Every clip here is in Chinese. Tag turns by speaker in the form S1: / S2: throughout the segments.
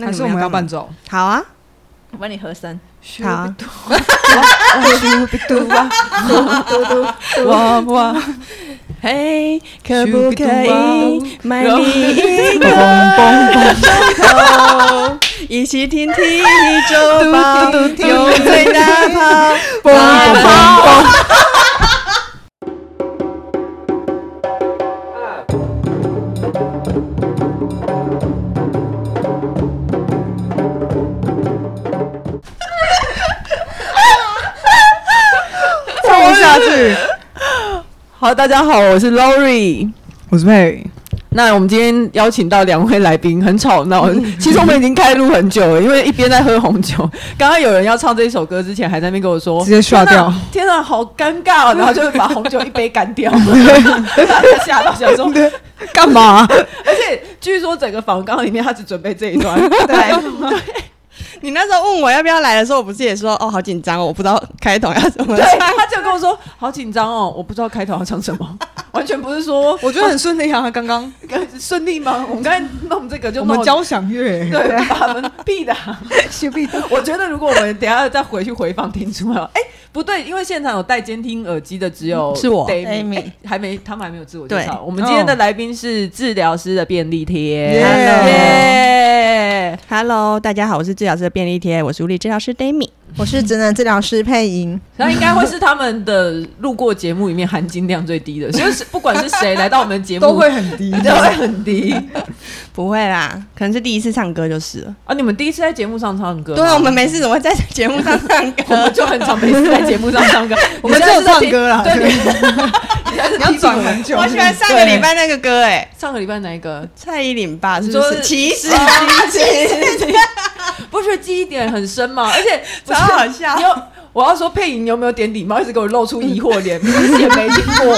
S1: 还是我们要伴奏？
S2: 好啊，
S3: 我帮你和声。
S2: 好啊，
S3: 我我，嘿，可不可以买你一个头，一起听听周报，用最大炮，
S1: 嘣嘣嘣！
S2: 唱不下去。
S3: 好，大家好，我是 Lori。
S1: 我是佩，
S3: 那我们今天邀请到两位来宾，很吵闹。其实我们已经开录很久了，因为一边在喝红酒。刚刚有人要唱这首歌之前，还在那边跟我说
S1: 直接刷掉。
S3: 天哪，好尴尬、哦！然后就把红酒一杯干 掉，大家吓到想说。
S1: 干嘛？
S3: 而且据说整个访纲里面，他只准备这一 段。
S2: 对，你那时候问我要不要来的时候，我不是也说哦，好紧张哦，我不知道开头要怎么
S3: 对，
S2: 唱。
S3: 他就跟我说好紧张哦，我不知道开头要唱什么，完全不是说
S1: 我觉得很顺利啊，刚刚
S3: 顺利 吗？我们刚才弄这个就
S1: 我们
S3: 弄
S1: 交响乐，
S3: 对，把我们 闭的啊。
S1: 是必的。
S3: 我觉得如果我们等一下再回去回放听出来，哎、不对，因为现场有戴监听耳机的只有
S2: 嗯是我
S3: Dami，
S2: Dami
S3: 哎还没他们还没有自我介绍。
S2: 对嗯
S3: 我们今天的来宾是治疗师的便利贴，
S1: 耶 Hello
S3: 耶
S2: Hello，大家好，我是治疗师的便利贴，我是物理治疗师 Dami。
S4: 我是职能治疗师配音，
S3: 那应该会是他们的路过节目里面含金量最低的，就是不管是谁来到我们 节目
S1: 都会很低，
S3: 都会很低
S2: 不会啦，可能是第一次唱歌就是了。
S3: 啊！你们第一次在节目上唱歌吗，
S2: 对啊，我们没事怎么会在节目上唱
S3: 我们
S2: 歌？
S3: 就很常每次在节目上唱歌，
S1: 我们
S3: 现在
S1: 只有
S3: 是在
S1: 唱
S3: 听
S1: 歌 啦，
S3: 对，你
S1: 你要转很久。
S2: 我喜欢上个礼拜那个歌、欸，哎，
S3: 上个礼拜哪一个？
S2: 蔡依林吧，是
S3: 嗯你
S2: 不
S3: 说
S2: 是？其实
S3: 哦不觉得记忆点很深吗？而且
S2: 超好笑
S3: 你有我要说配音有没有点礼貌，一直给我露出疑惑脸，明显没听过，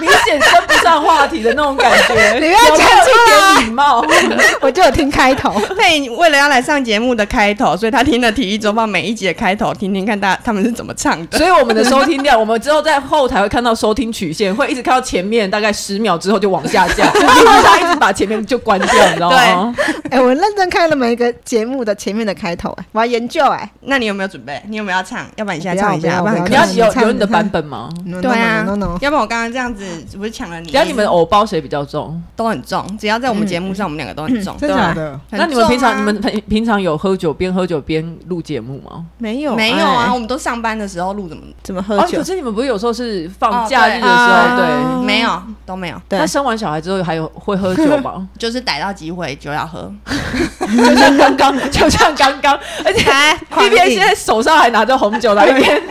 S3: 明显跟不上话题的那种感觉。
S4: 你不要
S3: 有没有
S4: 讲出
S3: 一点礼貌。
S4: 我就有听开头，
S2: 佩为了要来上节目的开头，所以他听了《体育周报》每一集的开头，听听看大他们是怎么唱 的。
S3: 所以我们的收听量，我们之后在后台会看到收听曲线，会一直看到前面大概十秒之后就往下降，因为他一直把前面就关掉，你知道吗？
S4: 哎、我认真看了每一个节目的前面的开头、哎，我要研究、哎，
S2: 那你有没有准备？你有没有要唱？要不然你现在
S4: 我不要
S2: 唱一下，不
S4: 我不要
S2: 然很
S3: 你
S2: 可
S3: 要
S2: 惜。
S4: 唱
S3: 有有你的版本吗？
S4: no,
S2: 对啊
S4: no, no, no, no.
S2: 要不然我刚刚这样子，不是抢了你？
S3: 等一下你们偶包谁比较重？
S2: 都很重，只要在我们节目上，我们两个都很重。
S1: 真
S2: 对
S1: 假
S2: 啊
S1: 的？
S2: 很
S3: 那你们平常
S2: 重啊
S3: 你们平平常有喝酒边喝酒边录节目吗？
S4: 没有
S2: 没有啊？
S4: 哎
S2: 我们都上班的时候录，怎么
S4: 怎么喝
S3: 哦，
S4: 酒？
S3: 可是你们不是有时候是放
S2: 哦
S3: 假日的时候，
S2: 对啊
S3: 对？
S2: 没有都没有，
S4: 对
S3: 那生完小孩之后还有会喝酒吗？
S2: 就是逮到机会就要 喝。
S3: 就像刚刚， 就像刚刚，而且
S2: 哎，
S3: 一边现在手上还拿着红酒来，一边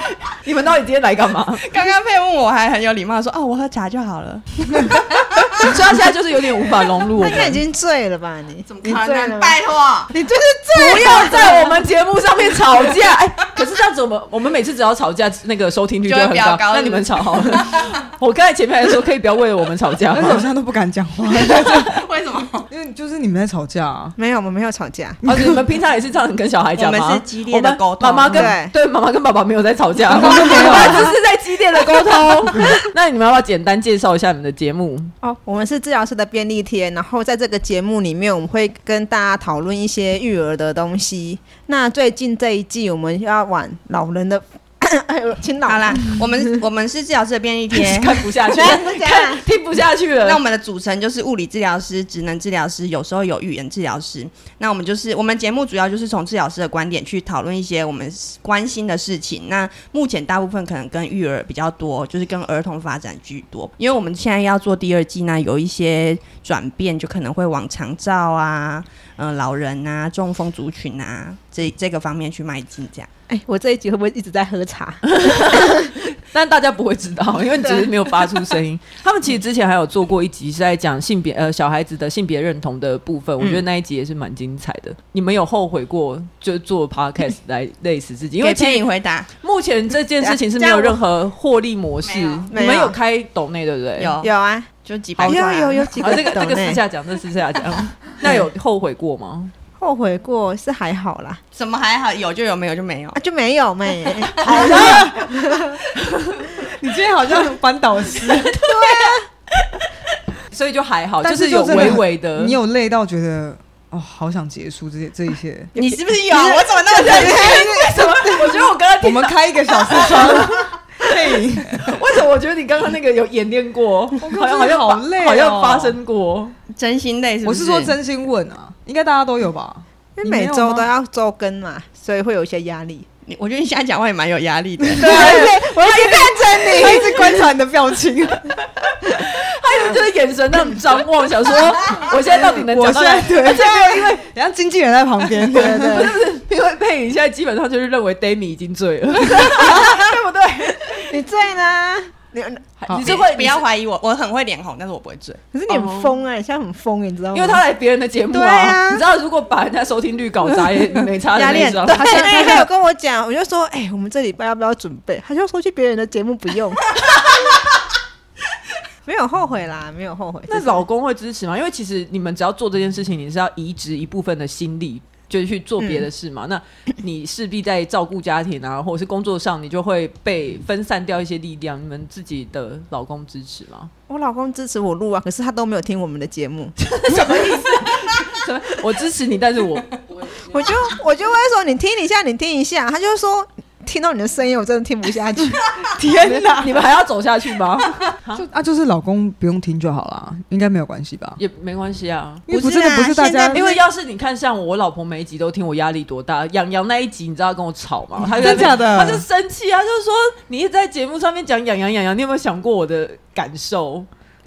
S3: 你们到底今天来干嘛？
S2: 刚刚佩问我还很有礼貌地说：“哦，我喝茶就好了。
S3: 所以他现在就是有点无法融入我
S4: 他应该已
S3: 们。
S4: 经醉了吧？你”
S2: 怎么
S4: 你
S2: 可
S4: 醉了
S2: 能？
S4: 吗？
S2: 拜托，
S4: 你就是
S3: 不要在我们节目上面吵架， 哎，可是这样子，我们我们每次只要吵架，那个收听率
S2: 就
S3: 就
S2: 会
S3: 会很
S2: 比较高
S3: 那你们吵好了。 我刚才前面还说可以不要为了 我们吵架
S1: 但是我
S3: 吗？
S1: 现在都不敢讲话，
S2: 为什么？
S1: 因为就是你们在吵 架啊。
S4: 没有，我们没有吵架，
S3: 而啊且你们平常也是这样跟小孩讲吗？
S2: 我们是激烈的沟通
S3: 我们妈妈跟
S4: 对
S3: 对妈妈跟爸爸没有在吵架，我们只是在激烈的沟通。 那你们要不要简单介绍一下你们的节目？
S4: 哦，我们是治疗师的便利贴，然后在这个节目里面，我们会跟大家讨论一些育儿的东西。那最近这一季，我们要往老人的，哎呦，亲老
S2: 好 啦，我们我们是治疗师的便利
S3: 。
S2: 贴
S3: 看不下去了，
S4: 真的假的
S3: 看听不下去
S2: 那我
S3: 了。
S2: 们的组成就是物理治疗师、职能治疗师，有时候有语言治疗师。那我们就是我们节目主要就是从治疗师的观点去讨论一些我们关心的事情。那目前大部分可能跟育儿比较多，就是跟儿童发展居多。因为我们现在要做第二季呢，有一些转变，就可能会往长照啊、嗯、老人啊、中风族群啊这这个方面去迈进。这样
S4: 哎，我这一集会不会一直在喝茶？
S3: 但大家不会知道，因为你只是没有发出声音。 他们其实之前还有做过一集是在讲性别呃小孩子的性别认同的部分，我觉得那一集也是蛮精彩的。你们有后悔过就是做 podcast 来累死自己？因为
S2: 给
S3: 其
S2: 佩
S3: 实
S2: 影回答
S3: 目前这件事情是没有任何获利模式。
S2: 这样
S3: 你
S4: 没有
S3: 们有开抖内对不对？
S2: 有
S4: 有啊，
S2: 就几百
S4: 有
S2: 块啊、
S4: 有有几
S3: 啊，
S4: 个
S3: 这个这
S4: 懂
S3: 个
S4: 欸
S3: 私下讲，这私下讲。那有后悔过吗？
S4: 后悔过是还好啦，
S2: 什么还好，有就有，没有就没 有
S4: 啊。就没有没。
S1: 你今天好像班导 师，
S3: 所以就还好，
S1: 但
S3: 就是有
S1: 真的
S3: 微微的。
S1: 你有累到觉得哦，好想结束这些这一些。
S2: 你是不是有？我怎么那么认真？
S3: 为什么？我觉得我刚刚
S1: 我
S3: 听
S1: 们
S3: 到，
S1: 开一个小时窗，电影
S3: 为什么我觉得你刚刚那个有演练过？好像好
S1: 真的
S3: 像发
S1: 好累哦
S3: 好像发生过。
S2: 真心累是
S1: 我
S2: 不
S1: 是说真心问啊，应该大家都有吧？
S4: 因为
S1: 你没
S4: 每
S1: 有
S4: 周
S1: 吗
S4: 都要周更嘛，所以会有一些压力。
S2: 你我觉得你现在讲话也蛮有压力的。
S4: 对，我一直看着
S1: 他一直观察你的表情，
S3: 他有就是眼神那种张望，想 说我现在到底能
S1: 我
S3: 讲
S1: 现
S3: 到
S1: 在
S3: 哪？
S1: 对，而且没有因为人家经纪人在旁边， 对对
S3: 不是不是，因为佩影现在基本上就是认为 Dami 已经醉 了，
S4: 哦
S3: 对不对？
S4: 你，你醉呢？你
S1: 好
S3: 你是会
S2: 不要，怀疑我， 我很会脸红，但是我不会醉。
S4: 可是你很疯哎，你现在很疯，你知道
S3: 你是因
S4: 吗？
S3: 为他来别人的节目
S4: 对啊
S3: 你知道如果把人家收听率 搞砸也没差的
S4: 压力
S3: 那
S4: 很
S3: 种
S4: 大。。 他现哎在他有跟我讲，我就说，哎、我们这礼拜要不要准备？他就说去别人的节目不用， 没有后悔啦，没有后悔。
S3: 那
S4: 就是
S3: 老公会支持吗？因为其实你们只要做这件事情，你是要移植一部分的心力，就是去做别的事嘛。
S4: 嗯
S3: 那你势必在照顾家庭啊，或者是工作上，你就会被分散掉一些力量。你们自己的老公支持吗？
S4: 我老公支持我录啊，可是他都没有听我们的节目，
S3: 什么我支持你，但是我
S4: 我就我就会说你听一下，你听一下，他就说听到你的声音我真的听不下 去。
S3: 天哪，你们还要走下去吗？
S1: 就啊，就是老公不用听就好啦，应该没有关系吧？
S3: 也没关系啊。
S1: 因为
S4: 不
S1: 不
S4: 是
S1: 真
S4: 啊
S1: 的不是大
S4: 现在
S1: 家
S4: 不，
S3: 因为要是你看像我，我老婆每一集都听，我压力多大。杨洋那一集，你知道她跟我吵 吗？她就在那边
S1: 真假的
S3: 她就生气啊，她就说你一直在节目上面讲杨洋杨洋，你有没有想过我的感受？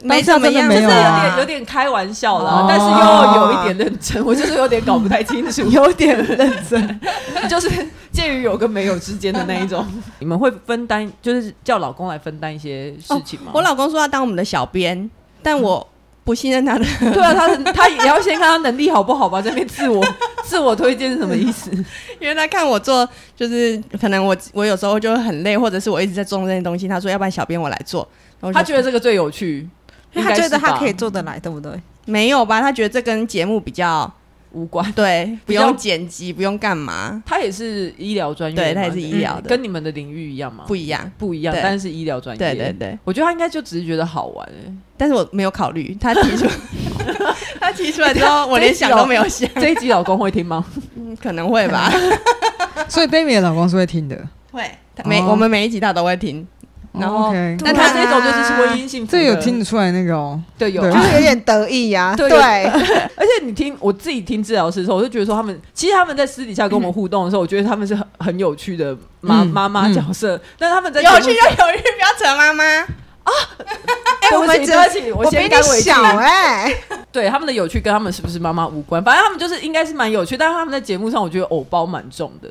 S1: 当下真的
S2: 样
S1: 没
S3: 就是有
S1: 有啊
S3: 点有点开玩笑啦，
S1: 哦
S3: 但是又有一点认真， 我就是有点搞不太清楚，有点认真， 就是介于有跟没有之间的那一 种。你们会分担，就是叫老公来分担一些事情吗？
S2: 我老公说要当我们的小编，但我不信任他的。
S3: 对啊，他他也要先看他能力好不好吧，这边自我 自我推荐是什么意 思？
S2: 因为他看我做，就是可能我我有时候就会很累，或者是我一直在做这些东西。他说，要不然小编我来做。然后我就
S3: 他觉得这个最有趣，
S4: 因
S3: 应
S4: 为
S3: 该
S4: 他觉
S3: 是
S4: 得他
S3: 吧
S4: 可以做得来，对 不对？
S2: 没有吧？他觉得这跟节目比较
S3: 无关。
S2: 对，不
S3: 比较
S2: 用剪辑，不用干嘛，
S3: 他也是医疗专业嘛，
S2: 对他也是医疗的
S3: 跟你们的领域一样吗？
S2: 不一样。
S3: 不一样，
S2: 对
S3: 但是医疗专业。
S2: 对对，对，
S3: 我觉得他应该就只是觉得好玩、欸。
S2: 但是我没有考虑他提出， 他提出来之后，我连想都没有想，
S3: 这一集老公会听 吗？
S2: 嗯可能会吧，
S1: 所以 baby 的老公是会听的。
S2: 会。他每
S1: 哦
S2: 我们每一集他都会听，然
S1: 哦
S2: 后
S1: ，OK
S2: 那
S3: 那
S2: 他
S3: 他
S2: 这
S3: 这
S2: 种
S3: 种
S2: 就
S3: 就是是
S2: 婚
S3: 婚
S2: 姻
S3: 姻幸福，
S1: 这有听得出来那个哦，
S3: 对有
S1: 对
S4: 就是有点得意呀、
S3: 对
S4: 对，
S3: 而且你听我自己听治疗师的时候，我就觉得说他们其实他们在私底下跟我们互动的时候，我觉得他们是很很有趣的妈
S1: 嗯
S3: 妈妈
S1: 嗯
S3: 角色，但他们在
S2: 有
S3: 节
S2: 趣就
S3: 目
S2: 有趣，不要扯妈妈。
S4: 哎、
S3: 对
S4: 我
S3: 不
S4: 们
S3: 起
S4: 只
S3: 对不起我先
S4: 比
S3: 干
S4: 你
S3: 为敬
S4: 小哎、
S3: 对他们的有趣跟他们是不是妈妈无关，反正他们就是应该是蛮有趣，但是他们在节目上我觉得偶包蛮重的，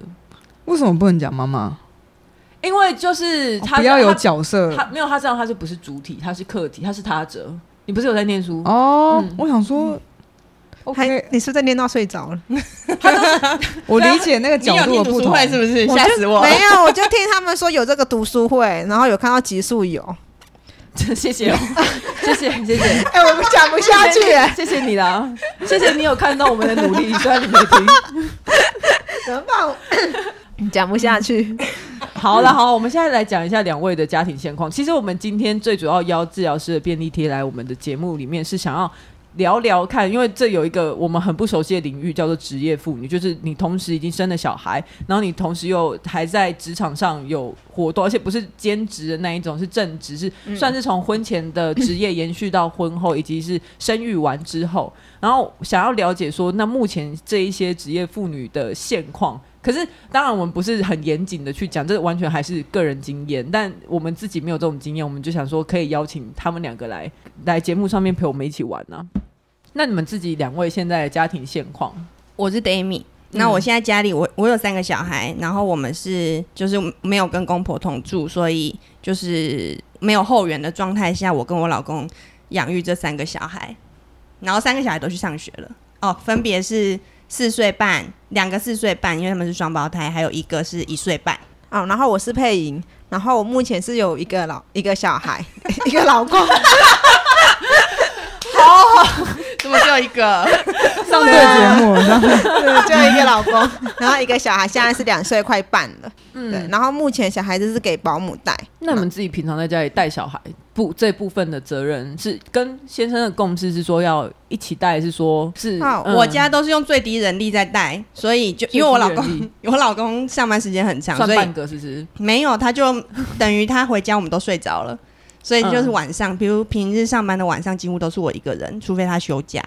S1: 为什么不能讲妈妈？
S3: 因为就是他、
S1: 哦不要有
S3: 他
S1: 角色
S3: 他没有他这样，他就不是主体，他是客体，他是他者。你不是有在念书？
S1: 哦
S3: 嗯。
S1: 我想说
S4: 还
S1: ，OK，
S4: 你是不是在念到睡着了？
S1: 我理解那个
S2: 啊你
S1: 角
S2: 有
S1: 度
S2: 听
S1: 的
S2: 读
S1: 不
S2: 书
S1: 同。
S2: 会是 不是？
S4: 我
S2: 吓
S4: 就
S2: 死我！
S4: 没有，我就听他们说有这个读书会，然后有看到集数有，
S3: 谢谢哦，谢谢谢谢。
S4: 哎、我们讲不下 去、哎，
S3: 谢谢你啦，谢谢你有看到我们的努力，虽然你没听。
S4: 怎么办？讲不下 去，
S3: 好了，好，我们现在来讲一下两位的家庭现况。其实我们今天最主要邀治疗师的便利贴来我们的节目里面，是想要聊聊看，因为这有一个我们很不熟悉的领域，叫做职业妇女，就是你同时已经生了小孩，然后你同时又还在职场上有活动，而且不是兼职的那一种，是正职，是算是从婚前的职业延续到婚后，以及是生育完之后，然后想要了解说，那目前这一些职业妇女的现况。可是，当然我们不是很严谨的去讲，这完全还是个人经验。但我们自己没有这种经验，我们就想说可以邀请他们两个来来节目上面陪我们一起玩呢、啊
S2: 嗯
S3: 那你们自己两位现在的家庭现况，
S2: 我是 Dami。那我现在家里我我有三个小孩，然后我们是就是没有跟公婆同住，所以就是没有后援的状态下，我跟我老公养育这三个小孩，然后三个小孩都去上学了哦，分别是四岁半，两个四岁半，因为他们是双胞胎，还有一个是一岁半。
S4: 啊，然后我是配音，然后
S2: 啊
S4: 我目前是有一个老一个小孩，一个老公，
S2: 怎么只有一个？
S1: 上这个节目，然后
S4: 对，就一个老公， 然后一个小孩，现在是两岁快半了，
S2: 嗯
S4: 对，然后目前小孩子是给保姆带，
S3: 嗯那你们自己平常在家里带小孩不这部分的责任是跟先生的共识是说要一起带，是说是、
S4: 好
S3: 嗯
S2: 我家都是用最低人力在带，所以 就因为我老
S3: 最低人
S2: 公，我老公上班时间很长，
S3: 算
S2: 所以
S3: 半个是不是？
S2: 没有他就等于他回家我们都睡着了，所以就是
S3: 嗯
S2: 晚上，比如平日上班的晚上几乎都是我一个人，除非他休假。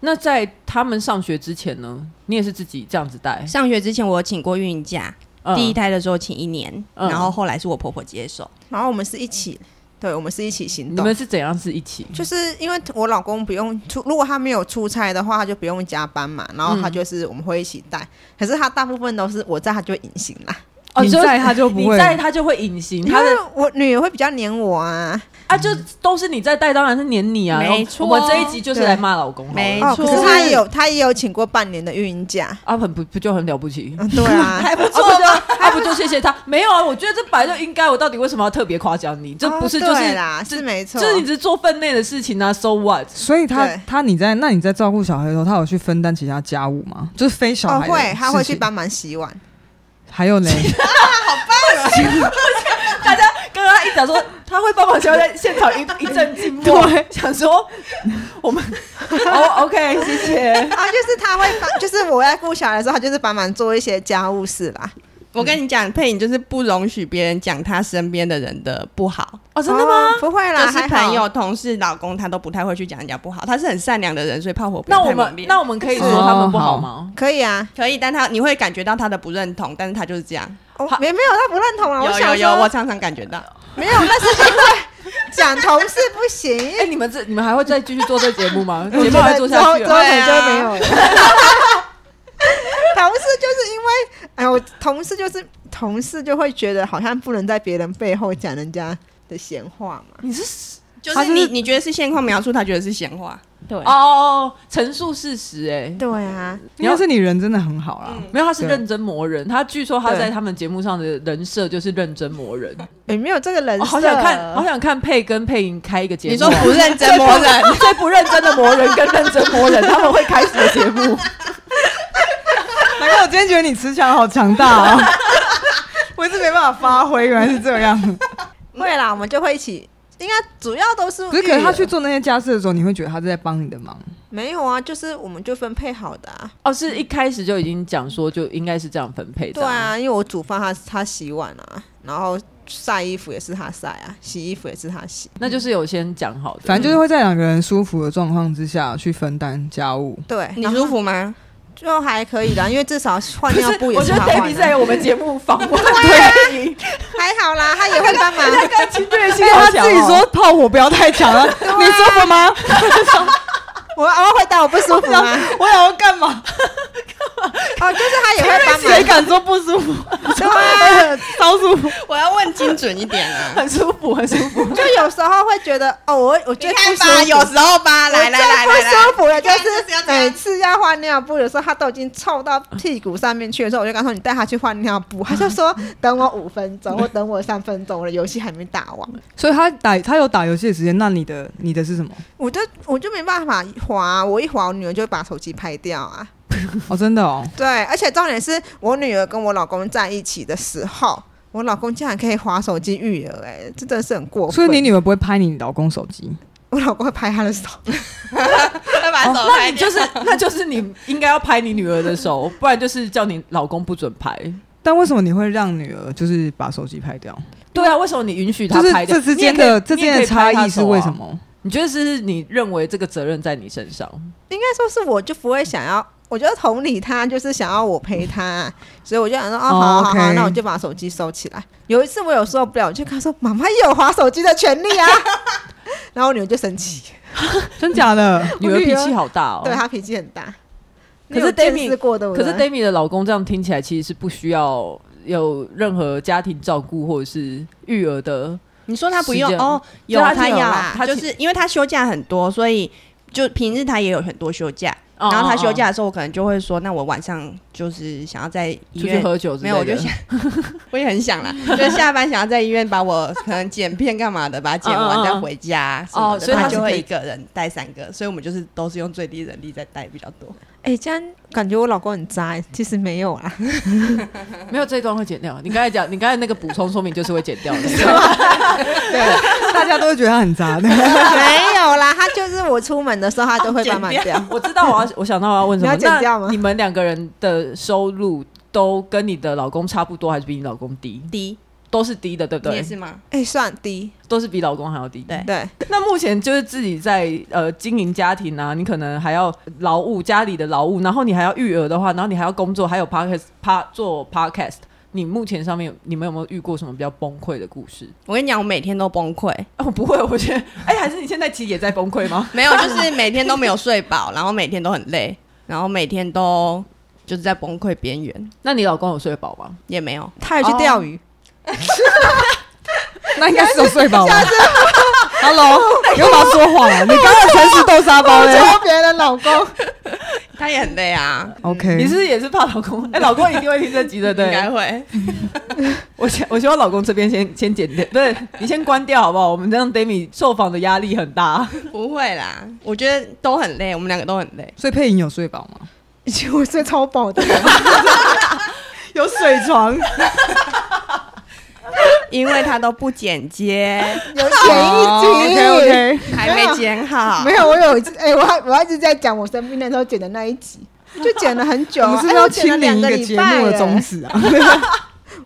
S3: 那在他们上学之前呢，你也是自己这样子带？
S2: 上学之前我有请过孕假，
S3: 嗯
S2: 第一胎的时候请一年，
S3: 嗯
S2: 然后后来是我婆婆接手。
S4: 嗯然后我们是一起，对，我们是一起行
S3: 你
S4: 动
S3: 们。是怎样是一起？
S4: 就是因为我老公不用出，如果他没有出差的话，他就不用加班嘛。然后他就是我们会一起带，可是他大部分都是我在，他就会隐形啦。
S3: 哦，
S1: 你
S3: 就
S1: 在他就不
S3: 你
S1: 会
S3: 在他就会隐形，
S4: 因
S3: 嗯他的
S4: 为我女儿会比较黏我啊，
S3: 啊就都是你在带，当然是黏你啊。
S2: 没错
S3: 我们这一集就是来骂老公好了，
S2: 没
S4: 哦，
S2: 错
S4: 可是他也有他也有请过半年的 孕假，
S3: 啊，很不不就很了不起。
S4: 嗯，对啊，
S3: 还不错吗？还不就谢谢他？没有啊，我觉得这本来就应该。我到底为什么要特别夸奖你？这不是
S4: 哦
S3: 就是、
S4: 对啦，是没错，
S3: 就是你只是做分内的事情啊，so what？
S1: 所以他
S4: 对
S1: 他你在那你在照顾小孩的时候，他有去分担其他家务吗？就是非小
S4: 哦
S1: 孩的
S4: 会，他
S1: 事
S4: 会去
S1: 情
S4: 帮忙洗碗，
S1: 还有呢，
S3: 大家刚刚一讲说他会帮忙消在 现场一一阵静默，想说我们哦 OK，谢谢。
S4: 啊，就是他会帮，就是我在顾小孩的时候，他就是帮忙做一些家务事啦。
S2: 我跟你讲，佩影就是不容许别人讲她身边的人的不好，啊
S3: 哦，真的吗
S4: 哦？不会啦，
S2: 就是
S4: 还好
S2: 朋友、。同事、老公，她都不太会去讲人家不好。她是很善良的人，所以炮火不要
S3: 那我
S2: 太猛
S3: 们
S2: 烈。
S3: 那我们可
S2: 啊
S3: 以说他们不好吗？
S4: 可以啊，
S2: 可以，但她你会感觉到她的不认同，但是她就是这样。
S4: 我哦没没有，他不认同了。
S2: 有
S4: 想
S2: 有有，
S4: 说
S2: 哦我常常感觉到。
S4: 没有，那是因为讲同事不 行，因
S3: 哎、
S4: 为
S3: 你们这你们还会再继续做这节目吗？节目还做下去
S4: 之
S3: 啊
S4: 后之后可能
S2: 对啊
S4: 就会没有了。 同事就是因为，哎，我同事就是同事就会觉得好像不能在别人背后讲人家的闲话嘛。
S3: 你是
S2: 就
S1: 她
S2: 是
S1: 就是
S2: 你你觉得是现况描述，她觉得是闲话。对
S3: 哦哦哦，陈述事实哎、
S4: 对啊，
S1: 应该是你人真的很好啦。
S2: 嗯
S3: 没有，他是
S1: 对
S3: 认真磨人。他据说他
S4: 对
S3: 在他们节目上的人设就是认真磨人。
S4: 也没有这个人
S3: 我、
S4: 设。
S3: 哦好想看，好想看佩跟佩莹开一个节目。啊
S2: 你说不认真磨人，
S3: 最不认真的磨人跟认真磨人，他们会开始的节目。
S1: 难怪我今天觉得你磁场好强大哦，我一直没办法发挥，原来是这样。
S4: 会啦，我们就会一起。应该主要都是
S1: 不是，可是他
S4: 育儿
S1: 去做那些家事的时候，你会觉得他是在帮你的忙。
S4: 没有啊，就是我们就分配好的啊。
S3: 哦，是一开始就已经讲说就应该是这样分配的。
S4: 对，啊，因为我煮饭他他洗碗啊，然后晒衣服也是他晒啊，洗衣服也是他洗。
S3: 那就是有先讲好的。
S1: 反正就是会在两个人舒服的状况之下去分担家务。
S4: 对，
S2: 你
S4: 然后
S2: 舒服吗？
S4: 就还可以啦，因为至少换
S3: 不
S4: 尿
S3: 是
S4: 布，也
S3: 嗯我
S4: 是
S3: 觉得
S4: 他
S1: 啊
S3: David
S4: 换的、
S3: 在我们节目访问佩 莹，
S4: 还好啦，他也会帮忙。
S3: 跟侵略性
S1: 因为
S3: 好
S1: 他
S3: 强
S1: 自己
S3: 哦
S1: 说炮火不要太 强了，
S3: 啊
S1: 你舒服吗？
S4: 我我回答我不舒服吗？
S1: 我想要干嘛？
S4: 哦，就是他也会 帮
S1: 哎谁
S4: 忙。
S1: 敢说不舒服？
S4: 对啊，
S1: 超舒服。
S2: 我要问精准一点啊！
S3: 很舒服，很舒服。
S4: 就有时候会觉得哦，我我
S2: 你
S4: 觉得不
S2: 看
S4: 舒
S2: 吧，
S4: 服。
S2: 有时候吧，来来来来来，
S4: 我最不舒服的就
S2: 你看就是要
S4: 是
S2: 这样
S4: 每次要换尿布的时候，他都已经臭到屁股上面去的时候，我就跟他说：“你带他去换尿布。”他就说：“
S2: 嗯
S4: 等我五分钟，或等我三分钟，我的游戏还没打完。
S1: 所以他打他有打游戏的时间，那你的你的 是什么？”
S4: 我就我就没办法滑，我一滑，我女儿就会把手机拍掉啊。
S1: 哦，真的哦，
S4: 对，而且重点是我女儿跟我老公在一起的时候，我老公竟然可以滑手机育儿、哎，这真的是很过分。
S1: 所以你女儿不会拍你老公手机，
S4: 我老公会拍他的手，
S2: 再把手
S3: 那
S2: 拍
S3: 你
S2: 掉
S3: 就是，那就是你应该要拍你女儿的手，不然就是叫你老公不准拍。
S1: 但为什么你会让女儿就是把手机拍掉？
S3: 对啊，为什么你允许他
S1: 就是
S3: 拍掉？
S1: 这之间
S3: 你也可
S1: 的
S3: 以
S1: 这之间的差异是为
S3: 你也可以拍
S1: 什？
S3: 他手啊
S1: 么？
S3: 你觉得是你认为这个责任在你身上？
S4: 应该说是我就不会想要，我觉得同理他就是想要我陪 他，所以我就想说，哦，好好好
S1: OK
S4: 那我就把手机收起来。有一次我有受不了，我就跟他说，妈妈也有划手机的权 利啊。然后我女儿就生气，
S1: 真假 的？
S3: 啊女儿脾气好大哦。
S4: 对她脾气很大。
S3: 可是
S4: 你有见
S3: Demi-
S4: 识过的，
S3: 可是 d a m i 的老公这样听起来其实是不需要有任何家庭照顾或者是育儿的，
S2: 你说他不用
S3: 时间
S2: 哦，
S3: 对
S2: 有
S3: 他
S2: 他
S3: 有啊
S2: 要
S3: 啦，他
S2: 就是因为他休假很多，所以就平日他也有很多休假，
S3: 哦
S2: 然后他休假
S3: 哦
S2: 的时候，我可能就会说，那我晚上就是想要在医
S3: 出去
S2: 院。
S3: 喝酒之
S2: 没有，我
S3: 类
S2: 就
S3: 的
S2: 想，我也很 想啦，就是下班想要在医院把我可能剪片干嘛的，把它剪
S3: 嗯嗯嗯
S2: 完再回家什么的。
S3: 哦所以
S2: 他
S3: 他是
S2: 就
S3: 可
S2: 会
S3: 以
S2: 一个人带三个，所以我们就是都是用最低人力在带比较多。
S4: 哎、这样感觉我老公很渣、欸，其实没有啦。
S3: 没有这一段会剪掉。你刚才讲，你刚才那个补充说明就是会剪掉 的。
S1: 大家都会觉得他很渣的。
S4: 没有啦，他就是我出门的时候，他都会帮忙
S2: 剪
S4: 掉。
S3: 我知道我要，我想到我要问什么。
S4: 你要剪掉吗
S3: 那你们两个人的收入都跟你的老公差不多，还是比你老公低？
S2: 低，
S3: 都是低的，对不
S2: 你也
S3: 对？
S2: 是吗？
S4: 哎、算低，
S3: 都是比老公还要低。
S2: 对
S4: 对，
S3: 那目前就是自己在呃经营家庭啊，你可能还要劳务家里的劳务，然后你还要育儿的话，然后你还要工作，还有 podcast 趴做 podcast。你目前上面有你们有没有遇过什么比较崩溃的故事？
S2: 我跟你讲，我每天都崩溃，
S3: 哦，不会，我觉得，哎、还是你现在其实也在崩溃 吗？
S2: 没有，就是每天都没有睡饱，然后每天都很累，然后每天都就是在崩溃边缘，
S3: 那你老公有睡饱吗？
S2: 也没有。
S4: 他也去钓鱼。
S1: 哦 那应该是有睡饱吧 ？Hello，又要说谎了，你刚刚诚实豆沙包嘞
S4: 别人老公，
S2: 他也很累 啊，
S1: ？OK，
S3: 你是不是也是怕老公？哎、老公一定会听这集的，
S2: 应该
S3: 对。
S2: 会。
S3: 我希我希望老公这边先先剪掉，不是你先关掉好不好？我们这样 d a m i 受访的压力很大。
S2: 不会啦，我觉得都很累，我们两个都很累。
S1: 所以配音有睡饱吗？
S4: 我睡超饱的。
S1: 有水床，
S2: 因为他都不剪 接，
S4: 有剪一集。
S1: OK OK，
S2: 还没剪好
S4: 没。有，我有一 次，哎、我还我还一直在讲我生病那时候剪的那一集，就剪了很久、
S1: 我
S4: 啊。
S1: 们是不
S4: 哎
S1: 是要清理一
S4: 我剪了两
S1: 个
S4: 礼
S1: 节
S4: 拜
S1: 目的
S4: 耶
S1: 宗旨啊？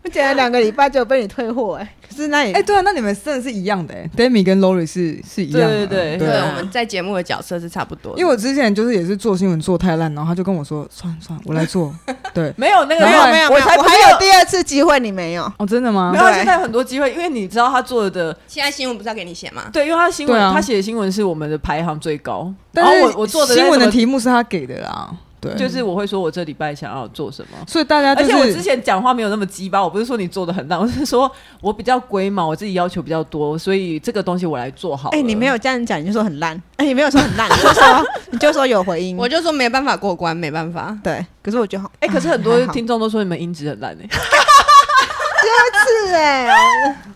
S4: 我剪了两个礼拜，就被你退货哎、 可是那也、
S1: 哎，对啊，那你们真的是一样的哎，Demi 跟 Lori 是是一样的啊，
S3: 对对
S2: 对，
S3: 对
S2: 我
S1: 啊
S2: 们在节目的角色是差不多的。
S1: 因为我之前就是也是做新闻做太烂，然后他就跟我说，算了算了，我 来做。对，
S3: 没有那个
S1: 没有没
S4: 我
S3: 我才
S4: 我
S3: 不是
S4: 还有第二次机会，你没有。
S1: 哦，真的吗
S3: 没？有，
S4: 对
S3: 现在有很多机会，因为你知道他做的，
S2: 现在新闻不是要给你写吗？
S3: 对，因为他新闻，
S1: 对啊
S3: 他写的新闻是我们的排行最高。
S1: 但
S3: 然
S1: 是
S3: 后我我做的
S1: 新闻的
S3: 那什么
S1: 题目是他给的啦，对，
S3: 就是我会说我这礼拜想要做什么。
S1: 所以大家
S3: 而
S1: 就
S3: 且我之
S1: 是
S3: 前讲话没有那么鸡巴，我不是说你做的很烂，我是说我比较龟毛，我自己要求比较多，所以这个东西我来做好了。
S4: 哎、你没有这样讲，你就说很烂。哎、你没有说很烂，你就 说你就说有回音。
S2: 我就说没办法过关，没办法。
S4: 对，可是我觉得好
S3: 哎、可是很多
S4: 啊还好
S3: 听众都说你们音质很烂哎、
S4: 是哎、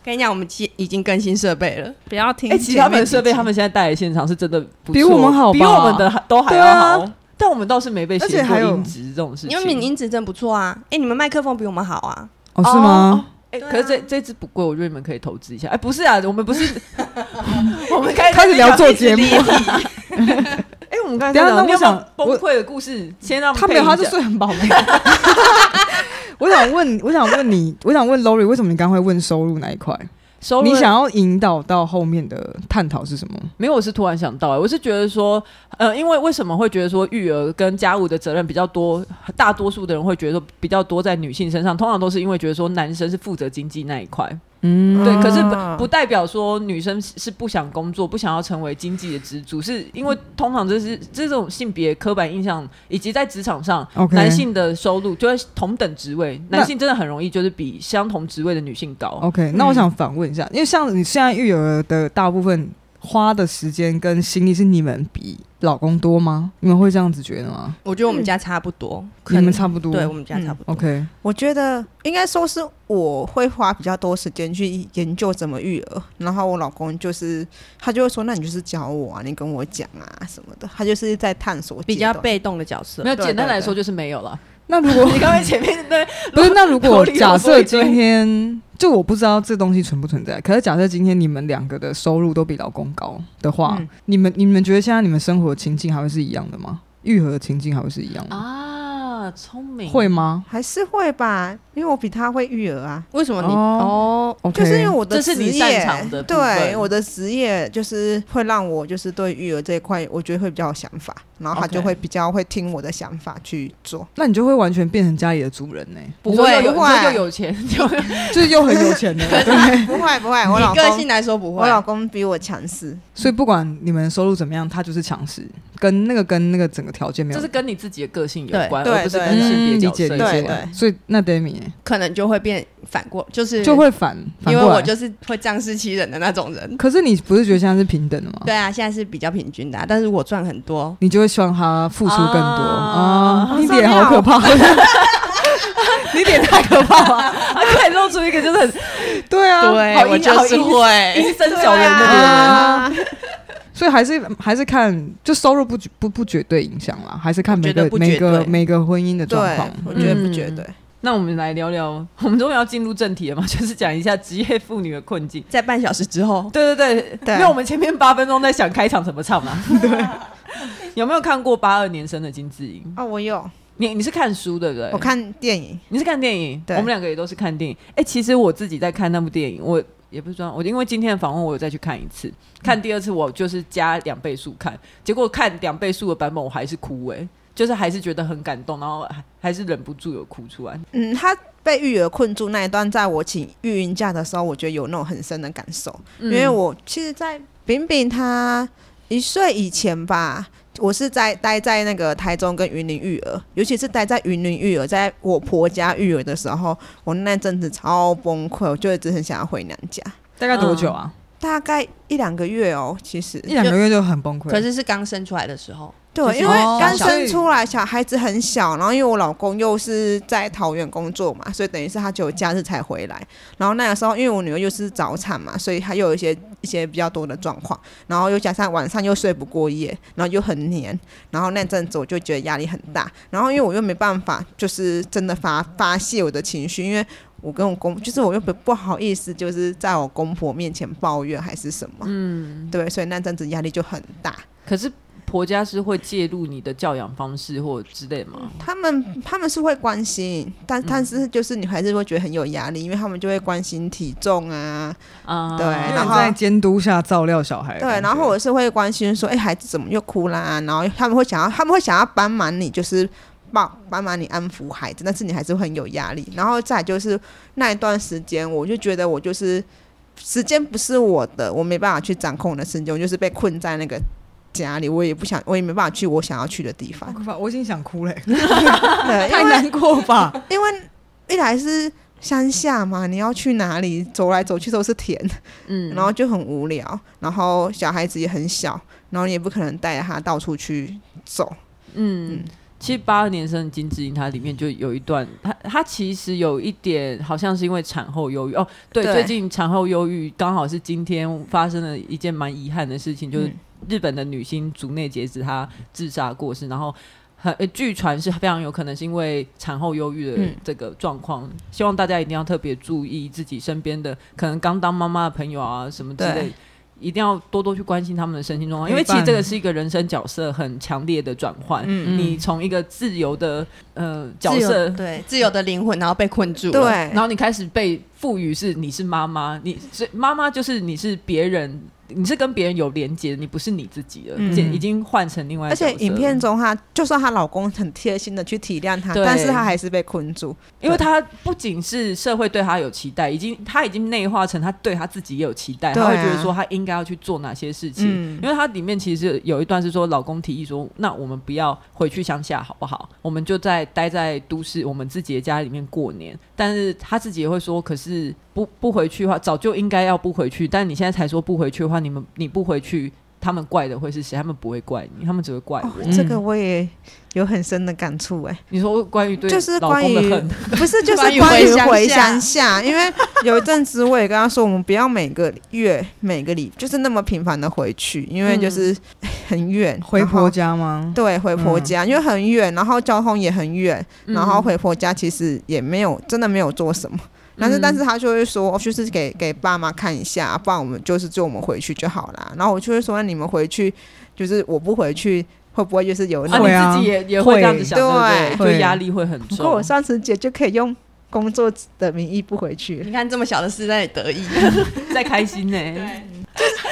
S2: 跟你讲，我们已已经更新设备了，
S4: 不要听
S3: 哎、其实他们的设备，他们现在带来现场是真的不错
S1: 比我们好吧
S3: 比我们的还都还要好。哦
S1: 对啊
S3: 但我们倒是没被
S1: 而
S3: 写
S1: 且
S3: 过
S1: 还有
S3: 音质这种事情，
S2: 因为你音质真不错啊。哎，你们麦克风比我们好啊。
S1: 哦是吗？
S3: 哎、
S2: 对啊
S3: 可是这这支不贵，我觉得你们可以投资一下。哎、不是啊，我们不是，我们开
S1: 开始聊做节目。
S3: 哎、我们刚才
S1: 等一下
S3: 在聊
S1: 那
S3: 你
S1: 我
S3: 有没有
S1: 想
S3: 崩
S1: 我
S3: 溃的故事，先让
S1: 他没有， 他就
S3: 睡。
S1: 睡很饱。我想问，我想问你，我想问 Lori，为什么你刚刚会问收入那一块？
S3: 收入
S1: 你想要引导到后面的探讨是什么？
S3: 没有？我是突然想到、哎，我是觉得说，呃，因为为什么会觉得说育儿跟家务的责任比较多？大多数的人会觉得说比较多在女性身上，通常都是因为觉得说男生是负责经济那一块，
S1: 嗯，
S3: 对，可是
S4: 啊
S3: 不不代表说女生是是不想工作、不想要成为经济的支柱，是因为通常这是这种性别刻板印象，以及在职场上
S1: OK
S3: 男性的收入就会同等职位，
S1: 那哦
S3: 男性真的很容易就是比相同职位的女性高。
S1: OK，那我想反问一下，因为像你现在育儿的大部分花的时间跟心力是你们比老公多吗？你们会这样子觉得吗？
S2: 我觉得我们家差不多，可
S1: 你
S2: 能
S1: 们差不多，
S2: 嗯对我们家差不多。
S1: OK，
S4: 我觉得应该说是我会花比较多时间去研究怎么育儿，然后我老公就是他就会说，那你就是教我啊，你跟我讲啊什么的，他就是在探索
S2: 比
S4: 阶
S2: 较
S4: 段
S2: 被动的角色
S3: 没。有，
S4: 对
S3: 简单
S4: 对
S3: 来
S4: 对
S3: 说就是没有了。
S1: 那 如果
S3: 你刚才前面对
S1: 不是，那如
S3: 啰
S1: 果
S3: 里啰嗦
S1: 假设
S3: 一堆
S1: 今天就我不知道这东西存不存在，可是假设今天你们两个的收入都比老公高的话，
S4: 嗯
S1: 你们你们觉得现在你们生活情境还会是一样的吗？愈合情境还会是一样的吗？
S3: 啊，聪明
S1: 会吗？
S4: 还是会吧，因为我比他会育儿啊。
S2: 为什么你
S1: 哦
S2: 哦？
S1: OK，
S4: 就是因为我的
S3: 这是
S4: 职
S3: 你
S4: 业，
S3: 擅长的部
S4: 对
S3: 分
S4: 我的职业就是会让我就是对育儿这一块，我觉得会比较有想法，然后他
S3: OK
S4: 就会比较会听我的想法去做。
S1: 那你就会完全变成家里的主人呢、
S3: 不
S4: 不会
S3: 会，你说又有
S4: 不会
S3: 你说又有钱，就
S1: 就是又很有钱的，对。
S4: 不会不会，我老
S2: 以个性
S4: 公
S2: 来说不会
S4: 我，老公比我强势，
S1: 所以不管你们收入怎么样，他就是强势，跟那个跟那个整个条件没有
S3: 这是嗯跟你自己的个性有关，
S4: 对对
S3: 而不是跟
S4: 对
S3: 性别
S1: 理
S3: 角
S1: 解
S3: 色
S1: 理
S3: 有
S4: 对
S1: 解，
S3: 关。
S4: 对
S1: 所以那 Demi 欸
S2: 可能就会变反过，就是
S1: 就会反反
S2: 因为
S1: 过
S2: 我
S1: 来。
S2: 就是会仗势欺人的那种人。
S1: 可是你不是觉得现在是平等的吗？
S2: 对啊，现在是比较平均的啊、但是我赚很多，
S1: 你就会希望他付出更多
S3: 啊
S1: 啊！你
S4: 上面
S1: 脸好可怕， 你脸太可怕了。
S3: 他可以露出一个就是很
S1: 对啊，
S3: 好
S2: 对我
S3: 阴
S2: 就是会。
S3: 阴森小人的
S1: 对
S3: 脸。
S1: 啊，所以还是还是看，就收入不绝不不绝对影响啦，还是看每
S2: 我觉
S1: 个
S2: 得不绝
S1: 每个
S2: 对
S1: 每个婚姻的
S4: 对
S1: 状况。，嗯
S4: 我觉得不绝对。
S3: 那我们来聊聊，我们终于要进入正题了嘛，就是讲一下职业妇女的困境。
S2: 在半小时之后，
S3: 对对对，
S4: 对
S3: 因为我们前面八分钟在想开场怎么唱 嘛。对，有没有看过八二年生的金智英？
S4: 哦，我有，
S3: 你你是看书对不对？
S4: 我看电影，
S3: 你是看电影，我
S4: 对
S3: 们两个也都是看电影。哎、其实我自己在看那部电影，我也不是说，我因为今天的访问，我有再去看一
S4: 嗯
S3: 次，看第二次我就是加两倍速看，结果看两倍速的版本我还是哭哎、就是还是觉得很感动，然后还还是忍不住有哭出来。
S4: 嗯，他被育儿困住那一段，在我请育婴假的时候，我觉得有那种很深的感受，
S3: 嗯
S4: 因为我其实，在饼饼他一岁以前吧。我是在待在那个台中跟云林育儿，尤其是待在云林育儿，在我婆家育儿的时候，我那阵子超崩溃，我就一直很想要回娘家，
S1: 大概多久啊？
S4: 大概一两个月哦，其实
S1: 一两个月就很崩溃。
S2: 可是是刚生出来的时候，
S4: 对，
S2: 就是
S4: 因为
S1: 哦
S4: 刚
S1: 小
S4: 生出来小孩子很小，然后因为我老公又是在桃园工作嘛，所以等于是他只有假日才回来。然后那个时候，因为我女儿又是早产嘛，所以她又有一些一些比较多的状况，然后又加上晚上又睡不过夜，然后又很黏，然后那阵子我就觉得压力很大。然后因为我又没办法，就是真的发发泄我的情绪，因为。我跟我公，就是我又不不好意思，就是在我公婆面前抱怨还是什么，嗯，对，所以那阵子压力就很大。
S3: 可是婆家是会介入你的教养方式或之类吗？
S4: 他们他们是会关心，但但是就是你还是会觉得很有压力，因为他们就会关心体重啊，
S3: 啊、
S4: 对
S1: 因为
S4: 然
S1: 你
S4: 后
S1: 在监督下照料小孩的
S4: 对
S1: 哎感觉，，
S4: 然后我是会关心说，哎、孩子怎么又哭啦、然后他们会想要，他们会想要帮忙你，就是帮帮忙你安抚孩子，但是你还是会很有压力。然后再来就是那一段时间，我就觉得我就是时间不是我的，我没办法去掌控我的时间，我就是被困在那个家里，我也不想，我也没办法去我想要去的地方
S1: 好。可怕，我已经想哭了，
S4: 对，因
S1: 太
S4: 为
S1: 难过吧？
S4: 因为一来是乡下嘛，你要去哪里走来走去都是田，
S3: 嗯
S4: 然后就很无聊，然后小孩子也很小，然后你也不可能带着他到处去走。
S3: 嗯
S4: 嗯，
S3: 其实八二年生的金智英，她里面就有一段，她她其实有一点好像是因为产后忧郁哦，对，
S4: 对
S3: 最近产后忧郁刚好是今天发生了一件蛮遗憾的事情，就是
S4: 嗯
S3: 日本的女星竹内结子她自杀过世，然后。很呃据传是非常有可能是因为产后忧郁的
S4: 嗯
S3: 这个状况，希望大家一定要特别注意自己身边的可能刚当妈妈的朋友啊什么之类
S4: 对，
S3: 一定要多多去关心他们的身心状况，因为其
S1: 陪
S3: 实
S1: 伴
S3: 这个是一个人生角色很强烈的转换。
S4: 嗯
S3: 你从一个自由的呃角
S2: 自由
S3: 色，
S2: 对自由的灵魂，然后被困住了。
S4: 对
S3: 然，后你开始被赋予是你是妈妈，你是妈妈就是你是别人，你是跟别人有连接，你不是你自己了，
S4: 嗯
S3: 已经已经换成另外一
S4: 而
S3: 个角色
S4: 且
S3: 了。
S4: 影片中她就算她老公很贴心的去体谅她，
S3: 对
S4: 但是她还是被困住。
S3: 因为她不仅是社会对她有期待，已经她已经内化成她对她自己也有期待，
S4: 对
S3: 她会
S4: 啊
S3: 觉得说她应该要去做哪些事情。
S4: 嗯
S3: 因为她里面其实有一段是说，老公提议说，那我们不要回去乡下好不好？我们就在待在都市我们自己的家里面过年。但是她自己也会说，可是不不回去的话，早就应该要不回去。但你现在才说不回去的话，你们你不回去。他们怪的会是谁？他们不会怪你，他们只会怪
S4: 哦
S3: 我。，
S4: 这个我也有很深的感触哎、
S3: 你说关于对
S4: 就是
S3: 老公的
S4: 关于
S3: 恨，
S4: 不 是，就是
S2: 关于
S4: 关于
S2: 回
S4: 回
S2: 乡
S4: 乡下，因为有一阵子我也跟他说，我们不要每个月、每个礼，就是那么频繁的回去，因为就是
S3: 嗯
S4: 很远，
S1: 回
S4: 然后
S1: 婆家嗯吗？
S4: 对，回婆家，因为很远，然后交通也很远，
S3: 嗯
S4: 然后回婆家其实也没有真的没有做什么，但是、
S3: 嗯
S4: 但是他就会说，哦就是给给爸妈看一下，啊不然我们就是就我们回去就好啦。然后我就会说，那你们回去，就是我不回去，会不会就是有那
S3: 啊，
S4: 种？
S1: 会啊
S3: 你自己也也会这样子想，对
S4: 对
S3: 不对？就
S1: 会
S3: 压力会很
S4: 不过我
S3: 重。
S4: 上次姐就可以用工作的名义不回去了。
S2: 你看这么小的事在那里得意，
S3: 在开心 呢、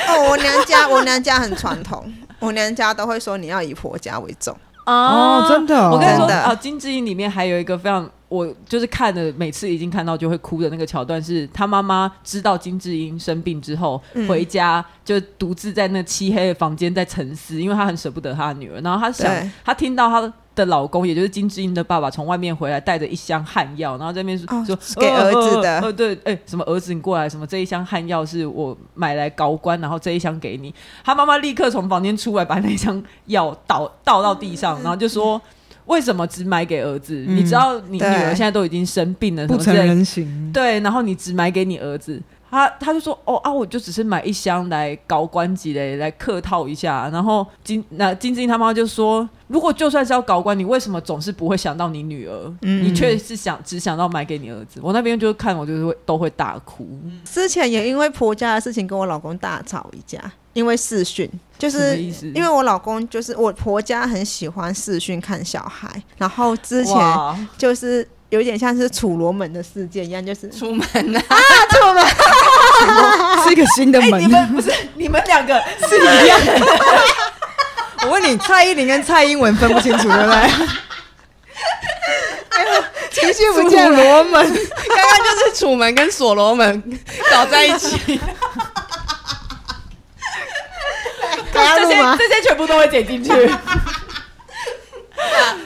S4: 哦，我娘家我娘家很传统，我娘家都会说你要以婆家为重。
S1: 哦，真的哦，
S3: 我跟你说哦
S4: 真的
S3: 啊，《金智英》里面还有一个非常我就是看的，每次已经看到就会哭的那个桥段是，他妈妈知道金智英生病之后、
S4: 嗯
S3: 回家，就独自在那漆黑的房间在沉思，因为她很舍不得她的女儿。然后她想
S4: 对，
S3: 她听到她的老公，也就是金智英的爸爸从外面回来，带着一箱汉药，然后在那边说、
S4: 哦
S3: 说
S4: 是给儿子的
S3: 呃呃呃对，哎、什么儿子你过来，什么这一箱汉药是我买来高官，然后这一箱给你。她妈妈立刻从房间出来，把那箱药倒倒到地上，然后就说。为什么只买给儿子？
S1: 嗯
S3: 你知道你女
S4: 对
S3: 儿现在都已经生病了，什
S1: 不
S3: 么之
S1: 成
S3: 类的
S1: 人形。
S3: 对，然后你只买给你儿子，他他就说哦啊，我就只是买一箱来搞关几嘞，来客套一下。然后金那金晶他妈就说，如果就算是要搞关，你为什么总是不会想到你女儿？
S1: 嗯
S3: 你却是想只想到买给你儿子。我那边就看我就是会都会大哭，
S4: 之前也因为婆家的事情跟我老公大吵一架，因为视讯，就
S3: 什么
S4: 是
S3: 意思
S4: 因为我老公就是我婆家很喜欢视讯看小孩，然后之前
S3: 哇
S4: 就是有点像是楚罗门的事件一 样，就是
S2: 出门啊，
S1: 是一个新的
S2: 哎
S1: 门。
S3: 你们不是你们两个是一样的。
S1: 我问你，蔡依林跟蔡英文分不清楚，对 不对？
S4: 哎情绪
S1: 楚
S4: 不见 了，
S1: 罗门，
S2: 刚刚就是楚门跟所罗门 搞在一起，
S4: 还要
S3: 这
S4: 录
S3: 些
S4: 吗？
S3: 这些全部都会剪进去。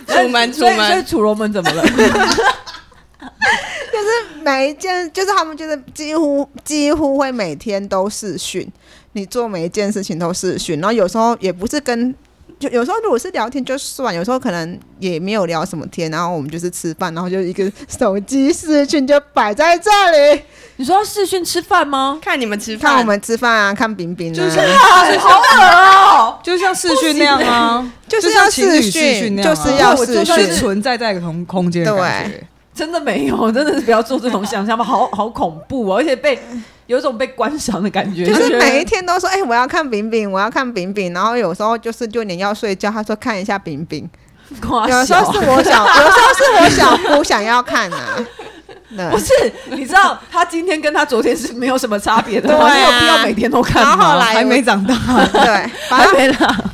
S2: 楚门楚
S3: 所以所以
S2: 门，
S3: 楚罗门怎么了？
S4: 就是每一件，就是他们就是几乎几乎会每天都试训，你做每一件事情都试训，然后有时候也不是跟。就有时候如果是聊天就算，有时候可能也没有聊什么天，然后我们就是吃饭，然后就一个手机视讯就摆在这里，
S3: 你说要视讯吃饭吗？
S2: 看你们吃
S4: 看我
S2: 饭，
S4: 们吃饭啊，看饼饼啊，
S1: 就是就像视讯那样啊，
S4: 就是
S1: 就
S4: 要
S1: 像情侣
S4: 视
S1: 视讯
S4: 讯，
S1: 那
S4: 就
S1: 样啊
S4: 是要
S3: 我
S4: 视
S3: 就
S1: 就是
S3: 算
S4: 讯，
S1: 存在在一个同空间的感觉。
S3: 真的没有，真的是不要做这种想象吧，好好恐怖哦，而且被有一种被观赏的感觉，
S4: 就是
S3: 觉得
S4: 每一天都说，哎、我要看饼饼，我要看饼饼，然后有时候就是就连要睡觉，他说看一下饼饼，
S3: 夸
S4: 有时
S3: 小
S4: 候是。我小，有时候是我小姑想要看啊。
S3: 不
S4: 对，
S3: 是，你知道他今天跟他昨天是没有什么差别的
S4: 对
S3: 吗，
S4: 啊
S3: 你有必要每天都看
S4: 然
S3: 吗？
S4: 后后来
S1: 还没长大，
S4: 对，反
S3: 还
S4: 正
S3: 没啦，